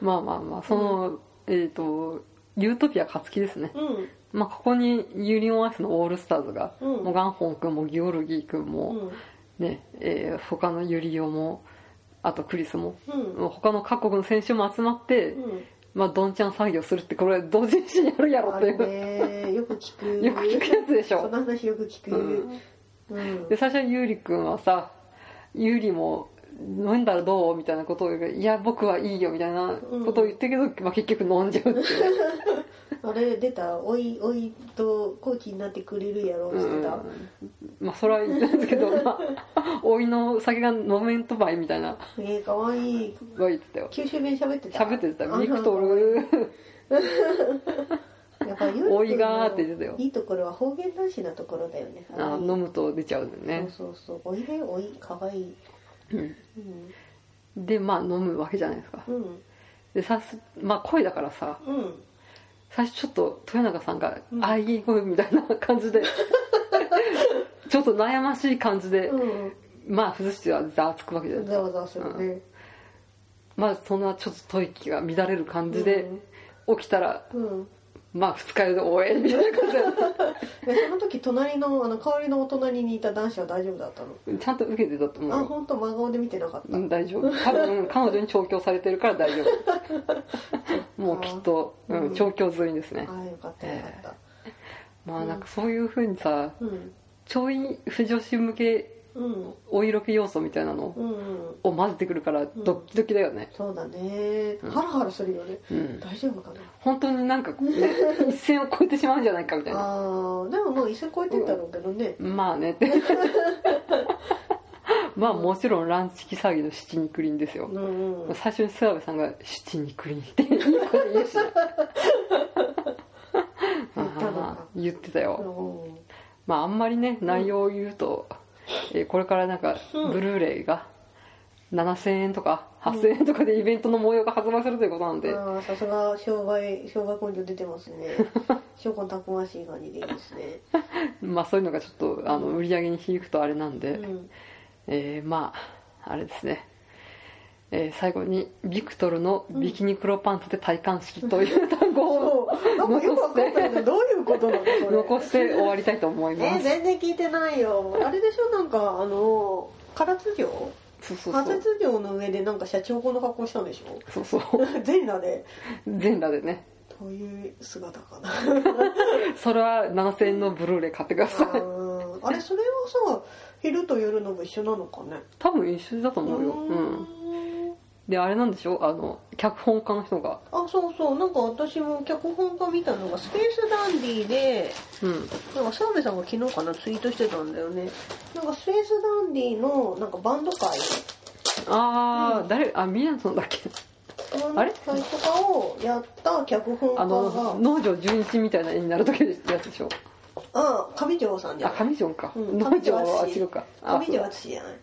Speaker 1: まあまあまあその、えっ、とユートピア勝樹ですね
Speaker 2: うん
Speaker 1: まあ、ここにユーリオンアイスのオールスターズが、
Speaker 2: うん
Speaker 1: もうガンホン君もギオルギー君
Speaker 2: う
Speaker 1: も、
Speaker 2: ん
Speaker 1: ねえー他のユリオもあとクリスも、
Speaker 2: うん
Speaker 1: もう他の各国の選手も集まって、
Speaker 2: うん
Speaker 1: まあ、どんちゃん作業するってこれ同人誌にあるやろ
Speaker 2: あ
Speaker 1: ってい
Speaker 2: れ
Speaker 1: う、
Speaker 2: ねよく聞く
Speaker 1: よく聞くやつでし
Speaker 2: そ
Speaker 1: ょ
Speaker 2: の話よく聞く、
Speaker 1: うん
Speaker 2: うん
Speaker 1: で最初にユーリ君はさユーリも飲んだらどうみたいなことを言うけどいや僕はいいよみたいなことを言ってるけど、まあ、結局飲んじゃうっていう
Speaker 2: あれ出たおいおいとコーチになってくれるやろうしてた、
Speaker 1: まあそれは言ってたんですけど、 まあ、おいの酒が飲めんとばいみたいな
Speaker 2: えー、かわいい
Speaker 1: は言ってたよ
Speaker 2: 九州弁喋ってた
Speaker 1: 喋ってたビクトル
Speaker 2: あやっぱユ
Speaker 1: おいがーって言ってたよ
Speaker 2: いいところは方言男子なところだよね
Speaker 1: あ飲むと出ちゃうんだよね
Speaker 2: そうそうそうおいでおいかわいい
Speaker 1: うん
Speaker 2: うん
Speaker 1: でまあ飲むわけじゃないですか
Speaker 2: うん
Speaker 1: でさすまあ声だからさ
Speaker 2: うん
Speaker 1: 最初ちょっと豊永さんが「
Speaker 2: うん
Speaker 1: あいい声」みたいな感じで ちょっと悩ましい感じでまあ外してはざわつくわけじゃ
Speaker 2: う
Speaker 1: ない
Speaker 2: ん
Speaker 1: で
Speaker 2: ざ
Speaker 1: すか
Speaker 2: わざわするね
Speaker 1: まあそんなちょっと吐息が乱れる感じで起きたら
Speaker 2: うん、うん
Speaker 1: まあ二日酔いで終えみたいな感じ
Speaker 2: でその時隣のあの代わりのお隣にいた男子は大丈夫だったの
Speaker 1: でちゃんと受けてたと思う
Speaker 2: あ
Speaker 1: よ
Speaker 2: 本当真顔で見てなかっ
Speaker 1: うん大丈夫多分彼女に調教されてるから大丈 夫もうきっと、う
Speaker 2: うん
Speaker 1: ん、調教済みですね
Speaker 2: たああよかったよかった、
Speaker 1: まあなんかそういうふうにさ
Speaker 2: うん
Speaker 1: ちょい不女子向け
Speaker 2: うん
Speaker 1: お色気要素みたいなの
Speaker 2: うんうん
Speaker 1: を混ぜてくるから
Speaker 2: うん
Speaker 1: ドッキドキだよね、
Speaker 2: そうだね、
Speaker 1: うん
Speaker 2: ハラハラするよね
Speaker 1: うん、
Speaker 2: 大丈夫かな
Speaker 1: 本当になんか、ね、一線を越えてしまうんじゃないかみたいな
Speaker 2: あーでももう一線超えてったろうけどね、
Speaker 1: まあね ってまあもちろんランチキ詐欺の七肉輪ですよ
Speaker 2: う、んうん、
Speaker 1: 最初に諏訪部さんが「七肉輪」って言うこと言うし
Speaker 2: 言ったのか
Speaker 1: 言ってたよ、
Speaker 2: うん
Speaker 1: まああんまりね内容を言うと、えーこれからなんか
Speaker 2: うん
Speaker 1: ブルーレイが7000円とか8000円とかでイベントの模様が発売するということなんで、
Speaker 2: ああさすが商売商売根性出てます ね商売たくましい感じでいいですね、
Speaker 1: まあそういうのがちょっとあの売り上げに響くとあれなんで、
Speaker 2: うん、
Speaker 1: えーまああれですね、えー最後にビクトルのビキニ黒パンツで体感式という単語を
Speaker 2: そうなんかよくわかんないけどどういうことなのそれ
Speaker 1: 残して終わりたいと思い
Speaker 2: え
Speaker 1: ま
Speaker 2: ー
Speaker 1: す、
Speaker 2: 全然聞いてないよあれでしょなんかあの唐津城
Speaker 1: そうそう
Speaker 2: 唐
Speaker 1: そう
Speaker 2: 津城の上でなんか社長この格好したんでしょ
Speaker 1: そうそう
Speaker 2: 全裸で
Speaker 1: 全裸でね
Speaker 2: どういう姿かな
Speaker 1: それは7000円のブルーレイ買ってください
Speaker 2: うんあれそれはさ昼と夜のも一緒なのかね
Speaker 1: 多分一緒だと思うようん
Speaker 2: ん
Speaker 1: であれなんでしょあの脚本家の人が
Speaker 2: あそうそうなんか私も脚本家見たのがスペースダンディで
Speaker 1: うん
Speaker 2: なんか澤部さんが昨日かなツイートしてたんだよねなんかスペースダンディのなんかバンド会
Speaker 1: ああ、誰あミヤソンだっけ
Speaker 2: バンド
Speaker 1: あれ
Speaker 2: 会とかをやった脚本
Speaker 1: あ
Speaker 2: 家
Speaker 1: の
Speaker 2: が
Speaker 1: 農場純一みたいな絵になる時のやつでしょ
Speaker 2: あ上条さんじゃ
Speaker 1: あ
Speaker 2: ない
Speaker 1: 上条か、
Speaker 2: うん
Speaker 1: 農場は違うかあ
Speaker 2: 上条敦じゃない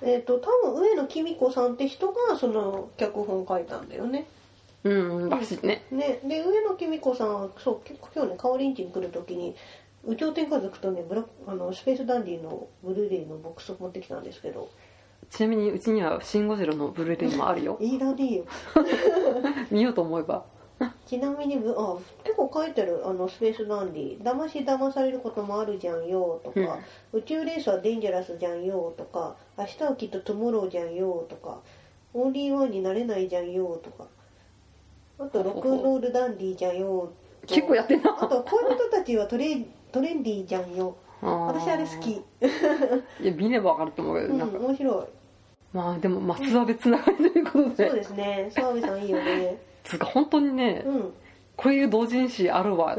Speaker 2: えっ、と多分上野紀美子さんって人がその脚本書いたんだよね
Speaker 1: そううんらしいね
Speaker 2: ね、で上野公子さんはそう結構今日ねかおりんちに来る時に「宇宙天家族」とねブラあのスペースダンディのブルーレイのボックスを持ってきたんですけど
Speaker 1: ちなみにうちには「シン・ゴジラ」のブルーレイもあるよ
Speaker 2: いいらねえよ
Speaker 1: 見ようと思えば
Speaker 2: ちなみにぶあ結構書いてるあのスペースダンディ騙し騙されることもあるじゃんよとか、宇宙レースはデンジャラスじゃんよとか明日はきっとトゥモローじゃんよとかオンリーワンになれないじゃんよとかあとロックンロールダンディじゃんよと
Speaker 1: 結構やってんな
Speaker 2: あと恋人たちはトレトレンディじゃんよ私あれ好き、
Speaker 1: いや見れば分かると思うけ
Speaker 2: う
Speaker 1: ど
Speaker 2: ん、
Speaker 1: なんか、
Speaker 2: 面白い
Speaker 1: まあでも松は別ながりということ
Speaker 2: そう
Speaker 1: で
Speaker 2: ですね澤部さんいいよね
Speaker 1: つうか本当にね
Speaker 2: うん
Speaker 1: こういう同人誌あるわ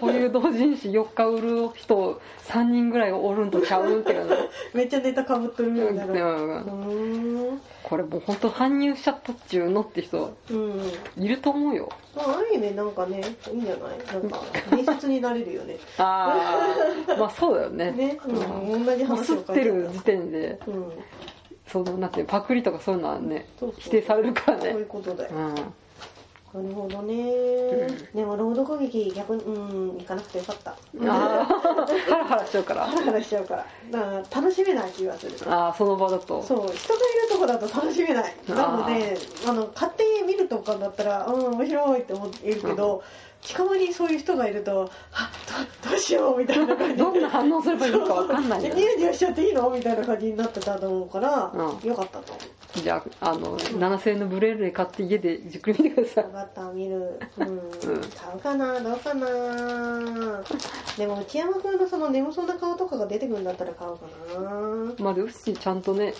Speaker 1: こういう同人誌4日売る人3人ぐらいおるんとちゃうんっていうの
Speaker 2: めっちゃネタかぶってるんだろう
Speaker 1: うん
Speaker 2: うん
Speaker 1: これもう本当搬入しちゃったっちゅうのって人
Speaker 2: うん
Speaker 1: いると思うよ
Speaker 2: まあ、ある意味なんかねいいんじゃないなんか伝説になれるよね
Speaker 1: ああ まあそうだよね
Speaker 2: ね、
Speaker 1: う
Speaker 2: うん、同じ
Speaker 1: もう
Speaker 2: 話
Speaker 1: 吸
Speaker 2: を
Speaker 1: っ
Speaker 2: 書い
Speaker 1: て
Speaker 2: て
Speaker 1: る
Speaker 2: た
Speaker 1: 時点で
Speaker 2: うん
Speaker 1: そのなんていうパクリとかそういうのはね
Speaker 2: そうそう
Speaker 1: 否定されるから
Speaker 2: そうい
Speaker 1: ね
Speaker 2: うことだよ
Speaker 1: う、ん
Speaker 2: なるほどね、
Speaker 1: ん
Speaker 2: でも朗読劇逆にうん行かなくてよかった
Speaker 1: あーハラハラしちゃうから
Speaker 2: ハラハラしちゃうからだから楽しめない気がする
Speaker 1: ああその場だと
Speaker 2: そう人がいるとこだと楽しめない
Speaker 1: あー
Speaker 2: なのであの勝手に見るとかだったらうん面白いって思っているけど近場にそういう人がいるとあどどうしようみたいな 感じで
Speaker 1: どんな反応すればいいのか分かんない
Speaker 2: ニ
Speaker 1: よ
Speaker 2: ヤ
Speaker 1: ね
Speaker 2: ニヤしちゃっていいのみたいな感じになってたと思うから、
Speaker 1: う
Speaker 2: よかったと思う
Speaker 1: じゃああの7000円のブレーレイ買って家でじっくり見てください
Speaker 2: よかった見るうん、
Speaker 1: ん
Speaker 2: 買うかなどうかなでも内山君のその眠そうな顔とかが出てくるんだったら買うかなうん
Speaker 1: まあでうっちーちゃんとね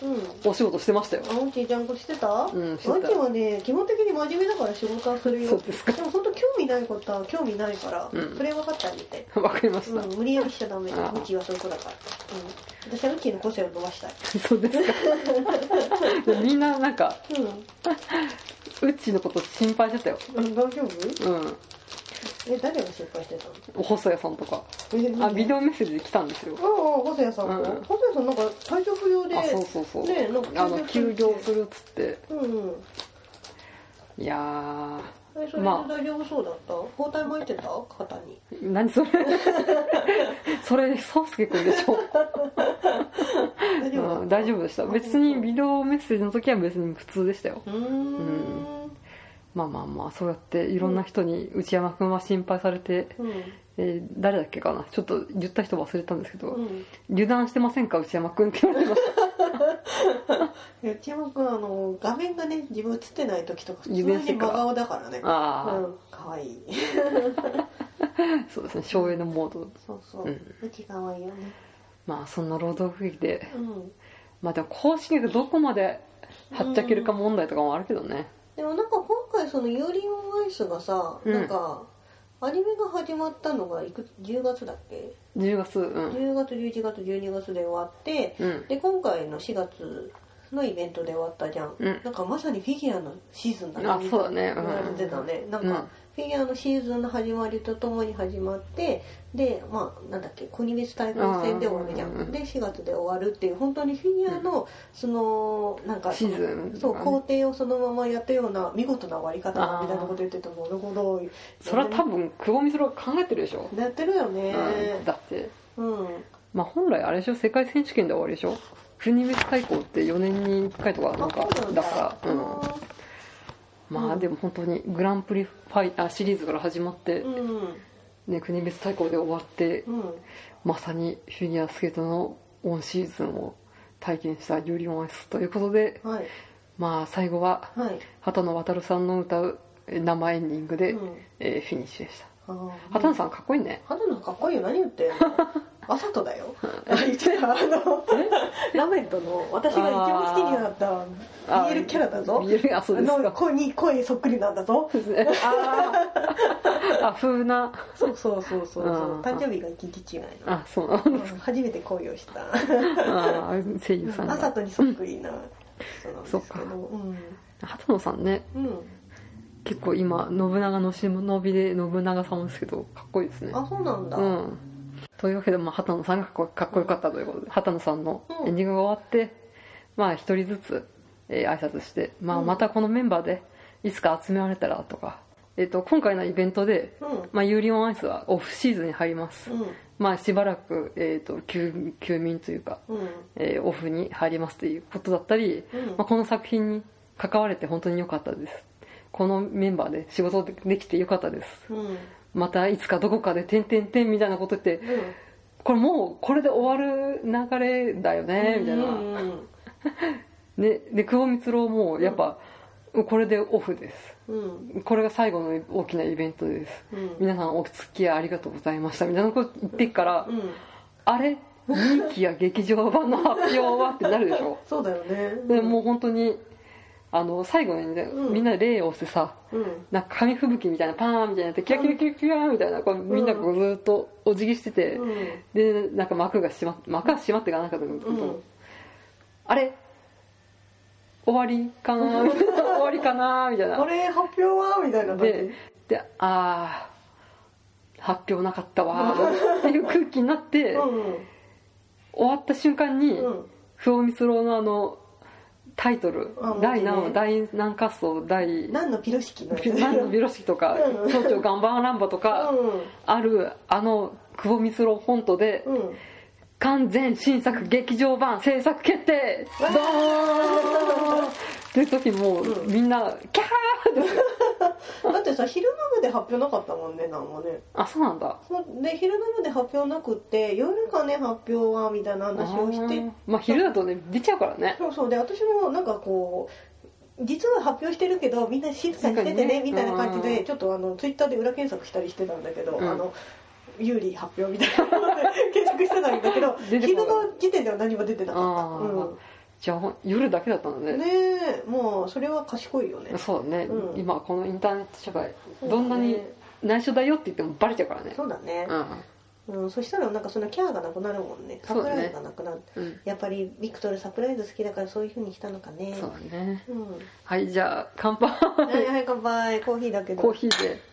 Speaker 1: お仕事してましたよ
Speaker 2: あおちちゃんとしてた
Speaker 1: うんしてた
Speaker 2: おちはね基本的に真面目だから仕事はする
Speaker 1: そう
Speaker 2: よ
Speaker 1: ですか
Speaker 2: でも本当興味ないことは興味ないから、
Speaker 1: うん
Speaker 2: それ分かってあげて
Speaker 1: わかりまし
Speaker 2: う
Speaker 1: た、
Speaker 2: ん、無理やりしちゃダメ。
Speaker 1: ああ
Speaker 2: うちはそういう子だから。うん。私はうちの個性を伸ばしたい。
Speaker 1: そうですかでみんななんか
Speaker 2: う
Speaker 1: うっちーのこと心配してたよ
Speaker 2: ん。うん、大丈夫
Speaker 1: うん
Speaker 2: え誰が失敗してた
Speaker 1: 細谷さんとか
Speaker 2: の
Speaker 1: あビデオメッセージで来たんですよ
Speaker 2: オうん細谷さんも、
Speaker 1: うん
Speaker 2: 細谷さんなんか体調不良で
Speaker 1: あそうそうそう、
Speaker 2: ねなんか
Speaker 1: あの休業するっつって
Speaker 2: うんうん
Speaker 1: いやー
Speaker 2: えそれで
Speaker 1: まあ
Speaker 2: 大丈夫そうだった包帯巻いてた肩に
Speaker 1: 何それ それ宗介君でしょ
Speaker 2: 大丈夫だった、
Speaker 1: うん大丈夫でした別にビデオメッセージの時は別に普通でしたよ
Speaker 2: うーん
Speaker 1: まあまあまあそうやっていろんな人に内山君は心配されて、
Speaker 2: うん
Speaker 1: えー誰だっけかなちょっと言った人忘れたんですけど、
Speaker 2: うん
Speaker 1: 油断してませんか内山君って言われました
Speaker 2: 内山君あの画面がね自分映ってない時とか普通
Speaker 1: 指して
Speaker 2: に
Speaker 1: から
Speaker 2: 真顔だからね
Speaker 1: ああ、
Speaker 2: うん可愛い
Speaker 1: そうですね省エネモード
Speaker 2: そうそう、
Speaker 1: う
Speaker 2: うんち可愛いよね
Speaker 1: まあそんな労働劇で
Speaker 2: うん
Speaker 1: まあでも更新がどこまではっちゃけるか問題とかもあるけどね、
Speaker 2: でもなんか今回そのユーリオンアイスがさ、
Speaker 1: うん
Speaker 2: なんかアニメが始まったのがいく10月だっけ
Speaker 1: 10月うん
Speaker 2: 10月11月12月で終わって
Speaker 1: うん
Speaker 2: で今回の4月のイベントで終わったじゃん、
Speaker 1: うん
Speaker 2: なんかまさにフィギュアのシーズンだ
Speaker 1: あそうだね
Speaker 2: 言われてたねなんか、フィギュアのシーズンの始まりとともに始まってでまあなんだっけ国別対抗戦で終わるじゃ
Speaker 1: あーうんうんうんん
Speaker 2: で4月で終わるっていう本当にフィギュアのそのなんか
Speaker 1: シーズン
Speaker 2: そ
Speaker 1: と
Speaker 2: う
Speaker 1: かね
Speaker 2: 工程をそのままやったような見事な終わり方だみたいなこと言っててもなるほど
Speaker 1: それは多分久保美空が考えてるでしょ、
Speaker 2: やってるよね
Speaker 1: うん、だって
Speaker 2: うん
Speaker 1: まあ本来あれでしょ世界選手権で終わりでしょ国別対抗って4年に1回とかなんかだから、うん、まあでも本当にグランプリファイあシリーズから始まって
Speaker 2: う、ん
Speaker 1: ね、国別対抗で終わって
Speaker 2: うん
Speaker 1: まさにフィギュアスケートのオンシーズンを体験したユリオンアイスということで
Speaker 2: はい
Speaker 1: まあ最後は
Speaker 2: はい
Speaker 1: 畑野渉さんの歌うえー生エンディングで、
Speaker 2: うん
Speaker 1: えーフィニッシュでした
Speaker 2: あー
Speaker 1: 畑野さんかっこいいね
Speaker 2: 花のかっこいいよ何言ってん のあさとだよあ言ってたあのラメントの私が一番好きになった
Speaker 1: あー
Speaker 2: BL キャラだぞ
Speaker 1: 見えるあそうです
Speaker 2: の
Speaker 1: か
Speaker 2: 声に声そっくりなんだぞ
Speaker 1: そうですねあー あ風な
Speaker 2: そうそうそうそうそ
Speaker 1: う
Speaker 2: う
Speaker 1: ん
Speaker 2: 誕生日が一日違いの
Speaker 1: あそうな
Speaker 2: う
Speaker 1: の
Speaker 2: ん初めて恋をした
Speaker 1: あー声優さん
Speaker 2: あさ
Speaker 1: が
Speaker 2: とにそっくりな人なんです
Speaker 1: そっ
Speaker 2: け
Speaker 1: か
Speaker 2: どうん
Speaker 1: 畑野さんね
Speaker 2: うん
Speaker 1: 結構今信長の忍びで信長さんですけどかっこいいですね
Speaker 2: あそうなんだ
Speaker 1: うんというわけで、まあ、畑野さんがかっこかっこよかったということで畑野さんのエンディングが終わって、まあ一人ずつ、えー挨拶して、まあ、
Speaker 2: うん
Speaker 1: またこのメンバーでいつか集められたらとか、えっと今回のイベントで、
Speaker 2: うん
Speaker 1: まあ、ユーリオンアイスはオフシーズンに入ります、まあ、しばらく、えー、と休休眠というか、
Speaker 2: うんうん
Speaker 1: えーオフに入りますということだったり、
Speaker 2: うん
Speaker 1: まあ、この作品に関われて本当に良かったですこのメンバーで仕事できてよかったです
Speaker 2: うんうん
Speaker 1: またいつかどこかで「てんてんてん」みたいなことってこれもうこれで終わる流れだよねみたいな、
Speaker 2: うんうん
Speaker 1: ね、で久保光郎もやっぱ、これでオフです
Speaker 2: うん
Speaker 1: これが最後の大きなイベントです
Speaker 2: うん
Speaker 1: 皆さんお付き合いありがとうございましたみたいなこと言ってっから、
Speaker 2: うん
Speaker 1: あれ人気や劇場版の発表はってなるでしょ
Speaker 2: そうだよね
Speaker 1: でもう本当にあの最後にね、
Speaker 2: うん
Speaker 1: みんなで礼をしてさ
Speaker 2: うん
Speaker 1: なんか紙吹雪みたいなパーンみたいになってキラキラキラキラみたいなこうみんなこうずっとお辞儀してて、
Speaker 2: うん
Speaker 1: でなんか幕が閉まって幕は閉まってかなんかったけど、
Speaker 2: うん
Speaker 1: あれ終わりかな 終わりかなみたい
Speaker 2: あ
Speaker 1: な
Speaker 2: れ発表はみたいな感
Speaker 1: で
Speaker 2: じ
Speaker 1: であー発表なかったわーっていう空気になって、
Speaker 2: うん
Speaker 1: 終わった瞬間に
Speaker 2: うん
Speaker 1: 不尾光郎のあのタイトル
Speaker 2: あもう
Speaker 1: 「
Speaker 2: ね
Speaker 1: 第何第何滑走第
Speaker 2: 何のピロシキのやつ
Speaker 1: 何のビロシ」とか「
Speaker 2: うん
Speaker 1: 町長頑張らんば」とか
Speaker 2: う
Speaker 1: あるあの久保光郎本当で
Speaker 2: んうん
Speaker 1: 完全新作劇場版制作決定ドーンっていう時もう
Speaker 2: うん
Speaker 1: みんなキャー
Speaker 2: だってさ昼間まで発表なかったもんねなんもね
Speaker 1: あそうなんだ
Speaker 2: そうで昼間まで発表なくって夜かね発表はみたいな話をし
Speaker 1: あ
Speaker 2: て
Speaker 1: ーまあ昼だとね出ちゃうからね
Speaker 2: そうそうで私もなんかこう実は発表してるけどみんな静かにしてて
Speaker 1: 静か
Speaker 2: ね
Speaker 1: にね
Speaker 2: みたいな感じ
Speaker 1: う
Speaker 2: で
Speaker 1: ん
Speaker 2: ちょっとあのツイッターで裏検索したりしてたんだけど、
Speaker 1: うん
Speaker 2: あの有利発表みたいなので検索してたんだけど
Speaker 1: 出て
Speaker 2: 昨日
Speaker 1: こ
Speaker 2: の
Speaker 1: ない
Speaker 2: 時点では何も出てなか
Speaker 1: あ
Speaker 2: っ
Speaker 1: あ、じゃあ夜だけだったの
Speaker 2: た、う
Speaker 1: ね
Speaker 2: ん、ねえもうそれは賢いよね
Speaker 1: そうだね、
Speaker 2: うん
Speaker 1: 今このインターネット社会 どんなに内緒だよって言ってもバレちゃうからね
Speaker 2: そうだね
Speaker 1: う、ん
Speaker 2: うん、そしたらなんかそのキャーがなくなるもんねサ
Speaker 1: そう
Speaker 2: プ
Speaker 1: だね
Speaker 2: ライズがなくなる、
Speaker 1: うん
Speaker 2: やっぱりビクトルサプライズ好きだからそういうふうにしたのかね
Speaker 1: そうだね
Speaker 2: うんは
Speaker 1: はいじゃあ乾杯
Speaker 2: いはい乾杯コーヒーだけど
Speaker 1: コーヒーで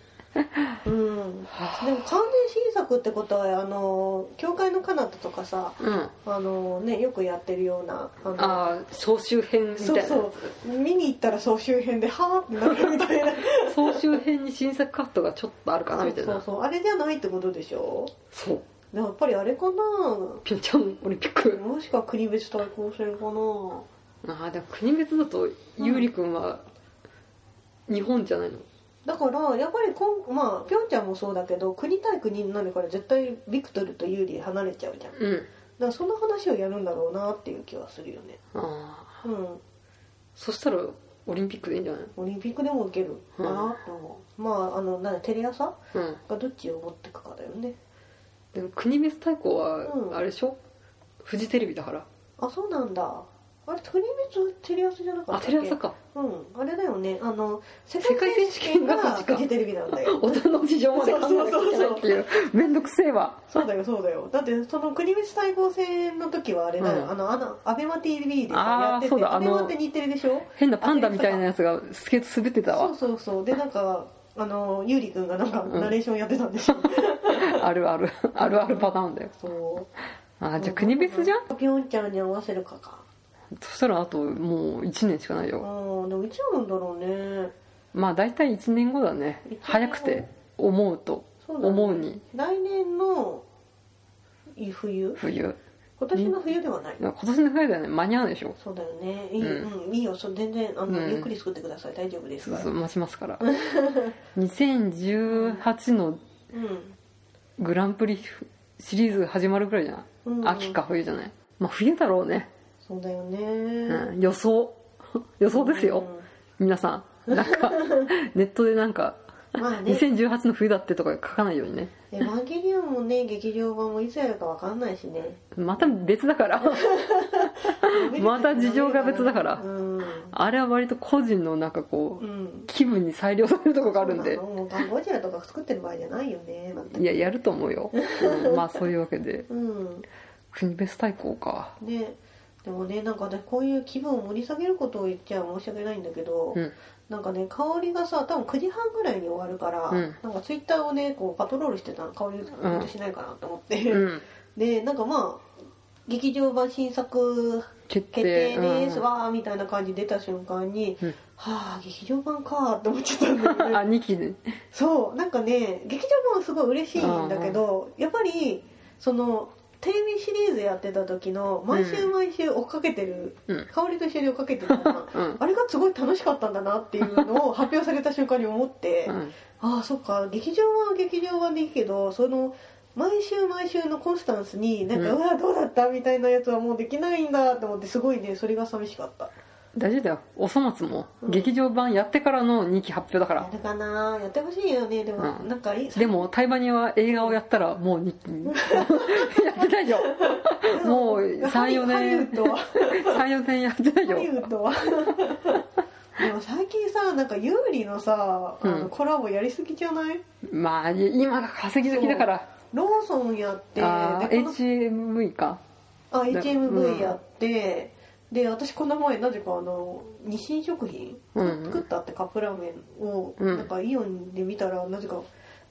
Speaker 2: うんでも完全新作ってことはあの教会の彼方とかさ
Speaker 1: うん
Speaker 2: あのねよくやってるようなあの
Speaker 1: ああ総集編みたい
Speaker 2: そ
Speaker 1: な
Speaker 2: うそう見に行ったら総集編ではーってなるみた いな
Speaker 1: 総集編に新作カットがちょっとあるかなみたいな
Speaker 2: そうそうあれじゃないってことでしょ
Speaker 1: そう
Speaker 2: やっぱりあれかな
Speaker 1: ピョンチャンオリンピック
Speaker 2: もしくは国別対抗戦かな
Speaker 1: ああでも国別だとゆうりくんは日本じゃないの
Speaker 2: だからやっぱりこんまあピョンチャンもそうだけど国対国になるから絶対ビクトルとユーリ離れちゃうじゃんだか
Speaker 1: うん
Speaker 2: らその話をやるんだろうなっていう気はするよね
Speaker 1: ああ
Speaker 2: うん
Speaker 1: そしたらオリンピックでいいんじゃない
Speaker 2: オリンピックでも受けるかなと思う、まああのなんだテレ朝
Speaker 1: うん
Speaker 2: がどっちを持ってくかだよね
Speaker 1: でも国別対抗
Speaker 2: うん
Speaker 1: はあれでしょ、フジテレビだから
Speaker 2: あそうなんだあれ国別テレ朝じゃなか
Speaker 1: あ
Speaker 2: ったっ
Speaker 1: テ
Speaker 2: け
Speaker 1: レ朝か
Speaker 2: うんあれだよねあの世
Speaker 1: 界
Speaker 2: 界選手権
Speaker 1: 世界
Speaker 2: が
Speaker 1: 選手権が
Speaker 2: フジテレビなんだよ
Speaker 1: 大人の事情まで考えなきゃいけないっていうめんどくせえわ
Speaker 2: そうだよそうだよだってその国別対抗戦の時はあれだよ、
Speaker 1: うん
Speaker 2: あのあのアベマ t v でさ
Speaker 1: あー
Speaker 2: やってて
Speaker 1: そうだ
Speaker 2: アベ
Speaker 1: あ
Speaker 2: マ
Speaker 1: の
Speaker 2: って日テレでしょ
Speaker 1: 変なパンダみたいなやつがスケート滑ってた
Speaker 2: そう
Speaker 1: わ
Speaker 2: そうそうでなんかあのゆうりくんがなんか
Speaker 1: ん
Speaker 2: ナレーションやってたんでしょ、
Speaker 1: あるあるあるあるパターンだよ
Speaker 2: そ
Speaker 1: あ
Speaker 2: う
Speaker 1: ーじゃあ国別じゃん
Speaker 2: ピョンチャンに合わせるかか
Speaker 1: そしたらあともう1年しかないよ
Speaker 2: うんでもいつやるんだろうね
Speaker 1: まあ大体1年後だね
Speaker 2: 一年後
Speaker 1: 早くて思うと
Speaker 2: そうだね
Speaker 1: 思うに
Speaker 2: 来年のい冬
Speaker 1: 冬
Speaker 2: 今年の冬ではない、
Speaker 1: 今年の冬だよね間に合うでしょ
Speaker 2: そうだよねいい,、
Speaker 1: う
Speaker 2: うんいいよそう全然あの、
Speaker 1: うん
Speaker 2: ゆっくり作ってください大丈夫です
Speaker 1: そう
Speaker 2: から
Speaker 1: そう待ちますから 2018のグランプリシリーズ始まるぐらいじゃない、
Speaker 2: うん、うん、
Speaker 1: 秋か冬じゃないまあ冬だろうね、
Speaker 2: そうだよね、
Speaker 1: うん、予想 予想ですよ、皆さんなん かネットでなんか
Speaker 2: うん、ま あね
Speaker 1: 2018の冬だってとか書かないようにね
Speaker 2: エヴァンゲリオンもね劇場版もいつやるかわかんないしね
Speaker 1: また別だから また事情が別だから
Speaker 2: うん、
Speaker 1: あれは割と個人のなんかこ
Speaker 2: う、
Speaker 1: うん気分に裁量されるとこがあるんで
Speaker 2: そうなのもうガンゴジラとか作ってる場合じゃないよねまた
Speaker 1: いややると思うよ、うんまあそういうわけで
Speaker 2: うん
Speaker 1: 国別対抗か
Speaker 2: ねでもねなんか私こういう気分を盛り下げることを言っちゃ申し訳ないんだけど、
Speaker 1: うん
Speaker 2: なんかね香りがさ多分9時半ぐらいに終わるから、
Speaker 1: うん
Speaker 2: なんかツイッターをねこうパトロールしてたの香り
Speaker 1: ん
Speaker 2: ことしないかなと思って、
Speaker 1: うん
Speaker 2: でなんかまあ劇場版新作
Speaker 1: 決
Speaker 2: 決定
Speaker 1: 定
Speaker 2: です、
Speaker 1: うん
Speaker 2: わーみたいな感じ出た瞬間に、
Speaker 1: うん
Speaker 2: はあ劇場版かーって思っちゃったんだよね
Speaker 1: あ2期ね
Speaker 2: そうなんかね劇場版はすごい嬉しいんだけど、やっぱりそのテレビシリーズやってた時の毎週毎週追っかけてる、
Speaker 1: うん
Speaker 2: 香りと一緒に追っかけてたな
Speaker 1: うん
Speaker 2: あれがすごい楽しかったんだなっていうのを発表された瞬間に思 って、
Speaker 1: うん
Speaker 2: ああそっか劇場は劇場はでいいけどその毎週毎週のコンスタンスになんか、
Speaker 1: う
Speaker 2: うわどうだったみたいなやつはもうできないんだと思ってすごいねそれが寂しかった
Speaker 1: 大事だよおそ松も
Speaker 2: うん
Speaker 1: 劇場版やってからの2期発表だか
Speaker 2: や
Speaker 1: ら
Speaker 2: るかなやってほしいよねでも、
Speaker 1: うん
Speaker 2: なんかいい
Speaker 1: でも台湾には映画をやったらもう2期 やってないよもう
Speaker 2: でも
Speaker 1: 三四年
Speaker 2: ハリウッドは
Speaker 1: 34年やって ない
Speaker 2: ハ
Speaker 1: よ
Speaker 2: リウッド はでも最近さなんか有利のさあの、
Speaker 1: うん
Speaker 2: コラボやりすぎじゃない
Speaker 1: まあ今が稼ぎ時だから
Speaker 2: ローソンやって
Speaker 1: あー
Speaker 2: でこの
Speaker 1: HMV か
Speaker 2: あ
Speaker 1: だ
Speaker 2: HMV やって、で私この前なぜかあの日清食品、
Speaker 1: うん
Speaker 2: 作ったってカップラーメンを、
Speaker 1: うん
Speaker 2: なんかイオンで見たらなぜか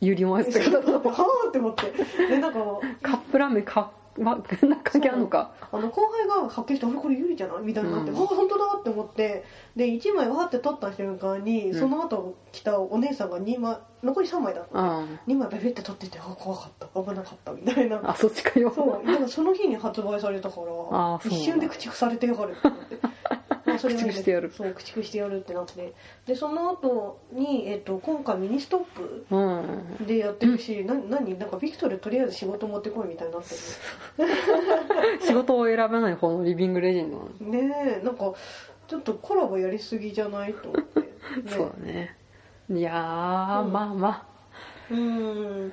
Speaker 1: ゆりもや
Speaker 2: え
Speaker 1: つ
Speaker 2: そ
Speaker 1: と
Speaker 2: う
Speaker 1: か
Speaker 2: だった はあって思ってでなんか
Speaker 1: カップラーメンか、ま、 関係あるのか
Speaker 2: あの後輩が発見して「あれこれゆりじゃない?」みたいになって「
Speaker 1: う
Speaker 2: あ
Speaker 1: ん
Speaker 2: 本当だ!」って思ってで1枚わーって取った瞬間に、
Speaker 1: うん
Speaker 2: その後来たお姉さんが2枚残り3枚だった
Speaker 1: あ
Speaker 2: 2枚ベベって取ってて「あ怖かった危なかった」みたいな
Speaker 1: あそっちかよ
Speaker 2: そうだからその日に発売されたか
Speaker 1: あ
Speaker 2: ら
Speaker 1: ーそう
Speaker 2: 一瞬で駆逐されてやがるって思ってまあそれはいいんだけ
Speaker 1: 駆逐
Speaker 2: ど
Speaker 1: してやる
Speaker 2: そう駆逐してやるってなってでその後にえっと今回ミニストップ
Speaker 1: うん
Speaker 2: でやってるし、な何なんかビクトルとりあえず仕事持ってこいみたいになって
Speaker 1: 仕事を選べない方のリビングレジェンドなの
Speaker 2: るねえなんかちょっとコラボやりすぎじゃないと思って、ね、
Speaker 1: そうだねいやー、
Speaker 2: うん
Speaker 1: まあま
Speaker 2: うーん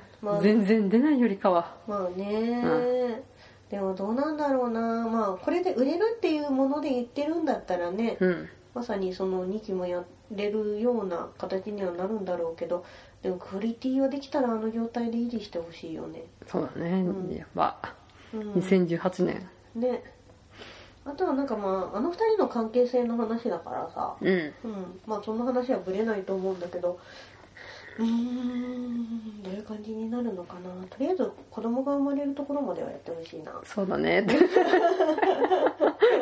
Speaker 1: あ、
Speaker 2: まあ
Speaker 1: 全然出ないよりかは
Speaker 2: まあね、でもどうなんだろうなまあこれで売れるっていうもので言ってるんだったらね、
Speaker 1: うん
Speaker 2: まさにその2期もやれるような形にはなるんだろうけどでもクオリティはできたらあの状態で維持してほしいよね、
Speaker 1: そうだね、
Speaker 2: うん
Speaker 1: やっぱ
Speaker 2: うん、
Speaker 1: 2018年
Speaker 2: ねあとはなんかまああの2人の関係性の話だからさ、
Speaker 1: うん
Speaker 2: うん、まあその話はぶれないと思うんだけどうーんどういう感じになるのかなとりあえず子供が生まれるところまではやってほしいな
Speaker 1: そうだねって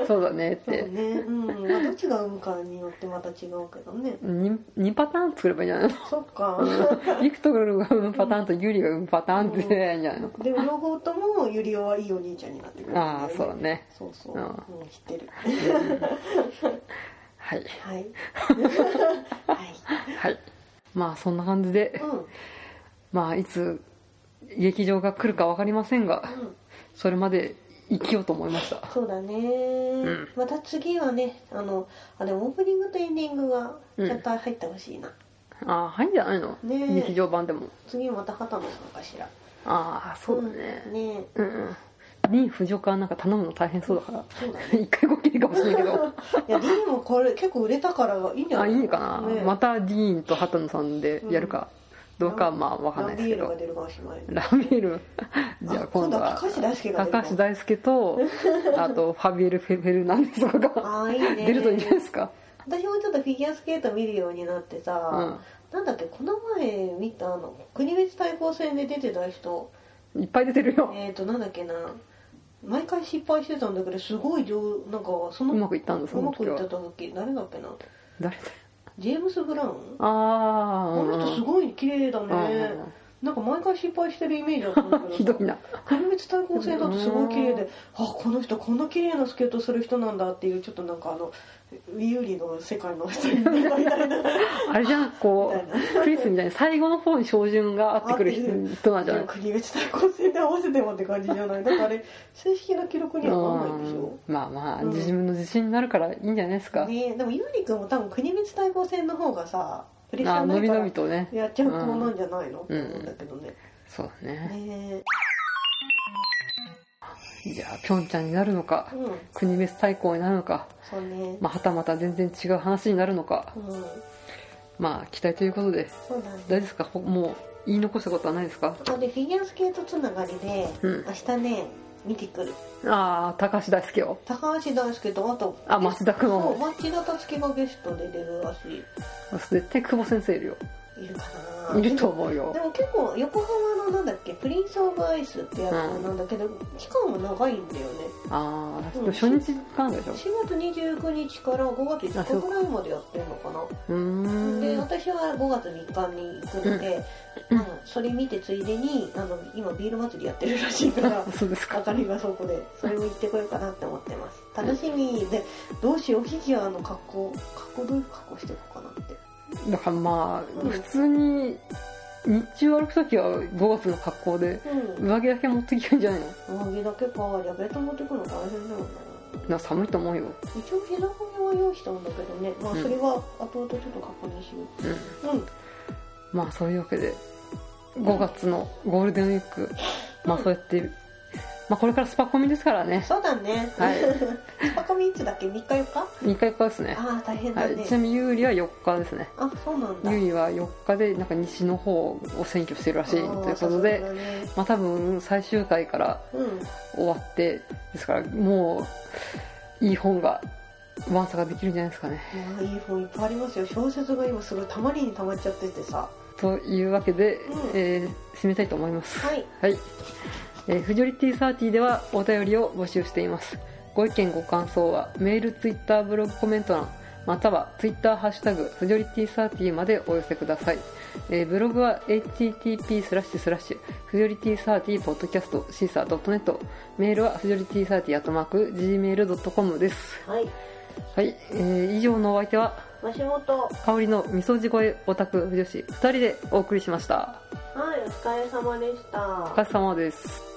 Speaker 1: そうだねっ
Speaker 2: そう
Speaker 1: て
Speaker 2: ねうんまあどっちが産むかによってまた違うけどね
Speaker 1: 2, パターン作ればいいんじゃない
Speaker 2: そっか
Speaker 1: のビクトルが産むパターンとユリが産むパターンって出ないんじゃないの
Speaker 2: でも両方ともユリオはいいお兄ちゃんになってくるんだよね
Speaker 1: ああそうだね
Speaker 2: そうそう、
Speaker 1: う
Speaker 2: うんん、知ってる
Speaker 1: はい
Speaker 2: はいは
Speaker 1: はいまあそんな感じで
Speaker 2: いうんうん
Speaker 1: まあいつ劇場が来るか分かりませんがそれまで生きようと思いました
Speaker 2: そうだね、
Speaker 1: ん
Speaker 2: また次はねあのあでもオープニングとエンディングが
Speaker 1: うん
Speaker 2: 絶対入ってほしいな、
Speaker 1: ああはいんじゃないの、
Speaker 2: ねえ
Speaker 1: 劇場版でも
Speaker 2: 次また畑野さんかしら
Speaker 1: ああそうだね、
Speaker 2: んね
Speaker 1: うんうんリン腐女かなんか頼むの大変そうだから
Speaker 2: そうだね
Speaker 1: 一回こっきりかもしれないけど
Speaker 2: いや D もこれ結構売れたからいいんじゃ
Speaker 1: あ
Speaker 2: ない
Speaker 1: いいかな、
Speaker 2: ね
Speaker 1: またディーンとハトンさんでやるかどうかはまあわかんない
Speaker 2: ラ
Speaker 1: です
Speaker 2: ンビ
Speaker 1: け
Speaker 2: ールが
Speaker 1: ど
Speaker 2: 出るかもしれない
Speaker 1: ラミールじゃあ今度は
Speaker 2: あ今度は高橋大輔が出るの
Speaker 1: 高橋大輔 とあとファビエル・フェルナンデスとかが
Speaker 2: ああいいね
Speaker 1: 出るといいんじゃないですか
Speaker 2: 私もちょっとフィギュアスケート見るようになってさ、なんだっけこの前見たあの国別対抗戦で出てた人
Speaker 1: いっぱい出てるよ
Speaker 2: えっ、ー、となんだっけな毎回失敗してたんだけどすごい上なんかそうの
Speaker 1: まくいったんだそうの
Speaker 2: まく
Speaker 1: 時
Speaker 2: いっ
Speaker 1: は
Speaker 2: てた時誰だっけな
Speaker 1: 誰だ
Speaker 2: ジェームス・ブラウン
Speaker 1: あ
Speaker 2: あ
Speaker 1: ー
Speaker 2: の人すごい綺麗だね
Speaker 1: うん
Speaker 2: なんか毎回失敗してるイメージだったんだけど さ
Speaker 1: ひどいな
Speaker 2: 国別対抗戦だとすごい綺麗であこの人こんな綺麗なスケートする人なんだっていうちょっとなんかあの有利の世界の人みたいな
Speaker 1: あれじゃんこ
Speaker 2: みた
Speaker 1: うクリスみたいに最後の方に照準が合ってくる人人なんじゃ
Speaker 2: で
Speaker 1: な
Speaker 2: も
Speaker 1: い
Speaker 2: 国別対抗戦で合わせてもって感じじゃないだからあれ 正式な記録にはならないんでしょ
Speaker 1: うんまあまあ、
Speaker 2: うん
Speaker 1: 自分の自信になるからいいんじゃないですか、
Speaker 2: ねえでもゆうりくんも多分国別対抗戦の方がさプレッシャ
Speaker 1: あ
Speaker 2: ーな
Speaker 1: 伸
Speaker 2: い
Speaker 1: び
Speaker 2: か
Speaker 1: 伸
Speaker 2: ら
Speaker 1: びとね
Speaker 2: やっちゃう子なんじゃないのって
Speaker 1: うん
Speaker 2: 思うんだけどね
Speaker 1: そうだね
Speaker 2: ね
Speaker 1: じゃあピョンちゃんになるのか
Speaker 2: えうん
Speaker 1: 国別対抗になるのか、
Speaker 2: そうね
Speaker 1: まあ、はたまた全然違う話になるのか
Speaker 2: うん
Speaker 1: まあ期待ということで
Speaker 2: そうだね
Speaker 1: 大丈夫ですかほもう言い残したことはないですか
Speaker 2: あでフィギュアスケートつながりで
Speaker 1: うん
Speaker 2: 明日ね見てくる
Speaker 1: ああ高橋大輔を
Speaker 2: 高橋大輔とあと
Speaker 1: あ松田君
Speaker 2: そう
Speaker 1: を
Speaker 2: 町田樹がゲストで出るらしい
Speaker 1: 絶対久保先生いるよ
Speaker 2: いるか
Speaker 1: い
Speaker 2: な
Speaker 1: ると思うよ
Speaker 2: でも結構横浜のなんだっけプリンス・オブ・アイスってやつなんだけど、期間も長いんだよね
Speaker 1: ああ
Speaker 2: うん
Speaker 1: 初日からでしょ
Speaker 2: 4月29日から5月5日ぐらいまでやってるのかな
Speaker 1: う
Speaker 2: で
Speaker 1: ーん
Speaker 2: 私は5月3日に行くので、
Speaker 1: うん
Speaker 2: あのそれ見てついでにあの今ビール祭りやってるらしいから
Speaker 1: そうですか
Speaker 2: 明かりがそこでそれも行ってこようかなって思ってます楽しみでどうしようフィギュアの格好格好どういう格好していこうかなって
Speaker 1: だからまあ、
Speaker 2: うん
Speaker 1: 普通に日中歩く時は5月の格好で
Speaker 2: うん
Speaker 1: 上着だけ持ってきるんじゃないの
Speaker 2: 上着だけかやべえと持ってくの大変だよね
Speaker 1: な寒いと思うよ、
Speaker 2: 一応膝掛けは用意したんだけどねまあ
Speaker 1: うん
Speaker 2: それは後々ちょっと確認しよ
Speaker 1: うん、
Speaker 2: ううん
Speaker 1: まあそういうわけで5月のゴールデンウィークまあそうやって、まあ、これからスパコミですからね
Speaker 2: そうだね
Speaker 1: はい
Speaker 2: スパコミいつだっけ3日4日
Speaker 1: 2回からですね、
Speaker 2: ああ大変
Speaker 1: は
Speaker 2: だ
Speaker 1: い、
Speaker 2: ね
Speaker 1: ちなみにユーリは4日ですね
Speaker 2: あそうなんだ
Speaker 1: ユーリは4日でなんか西の方を占拠してるらしいということ
Speaker 2: あー
Speaker 1: で
Speaker 2: さすがだね
Speaker 1: まあ多分最終回から
Speaker 2: うん
Speaker 1: 終わってですからもういい本がワンサができるんじゃないですかね
Speaker 2: いやいい本いっぱいありますよ小説が今すごいたまりにたまっちゃっててさ
Speaker 1: というわけで、
Speaker 2: うん
Speaker 1: えー締めたいと思います
Speaker 2: はい
Speaker 1: はい。えー、フジョリティサーティではお便りを募集しています。ご意見ご感想はメール、ツイッター、ブログコメント欄、またはツイッターハッシュタグ、フジョリティサーティまでお寄せください。えーブログは http スラッシュスラッシュ、フジョリティサーティポッドキャスト、シーサー .net、メールはフジョリティサーティアットマーク、gmail.com です。
Speaker 2: はい
Speaker 1: はい、えー以上のお相手は、
Speaker 2: 足元は
Speaker 1: 香りの味噌地声オタク女子2人でお送りしました。
Speaker 2: いお疲れ様でした
Speaker 1: お疲れ様です。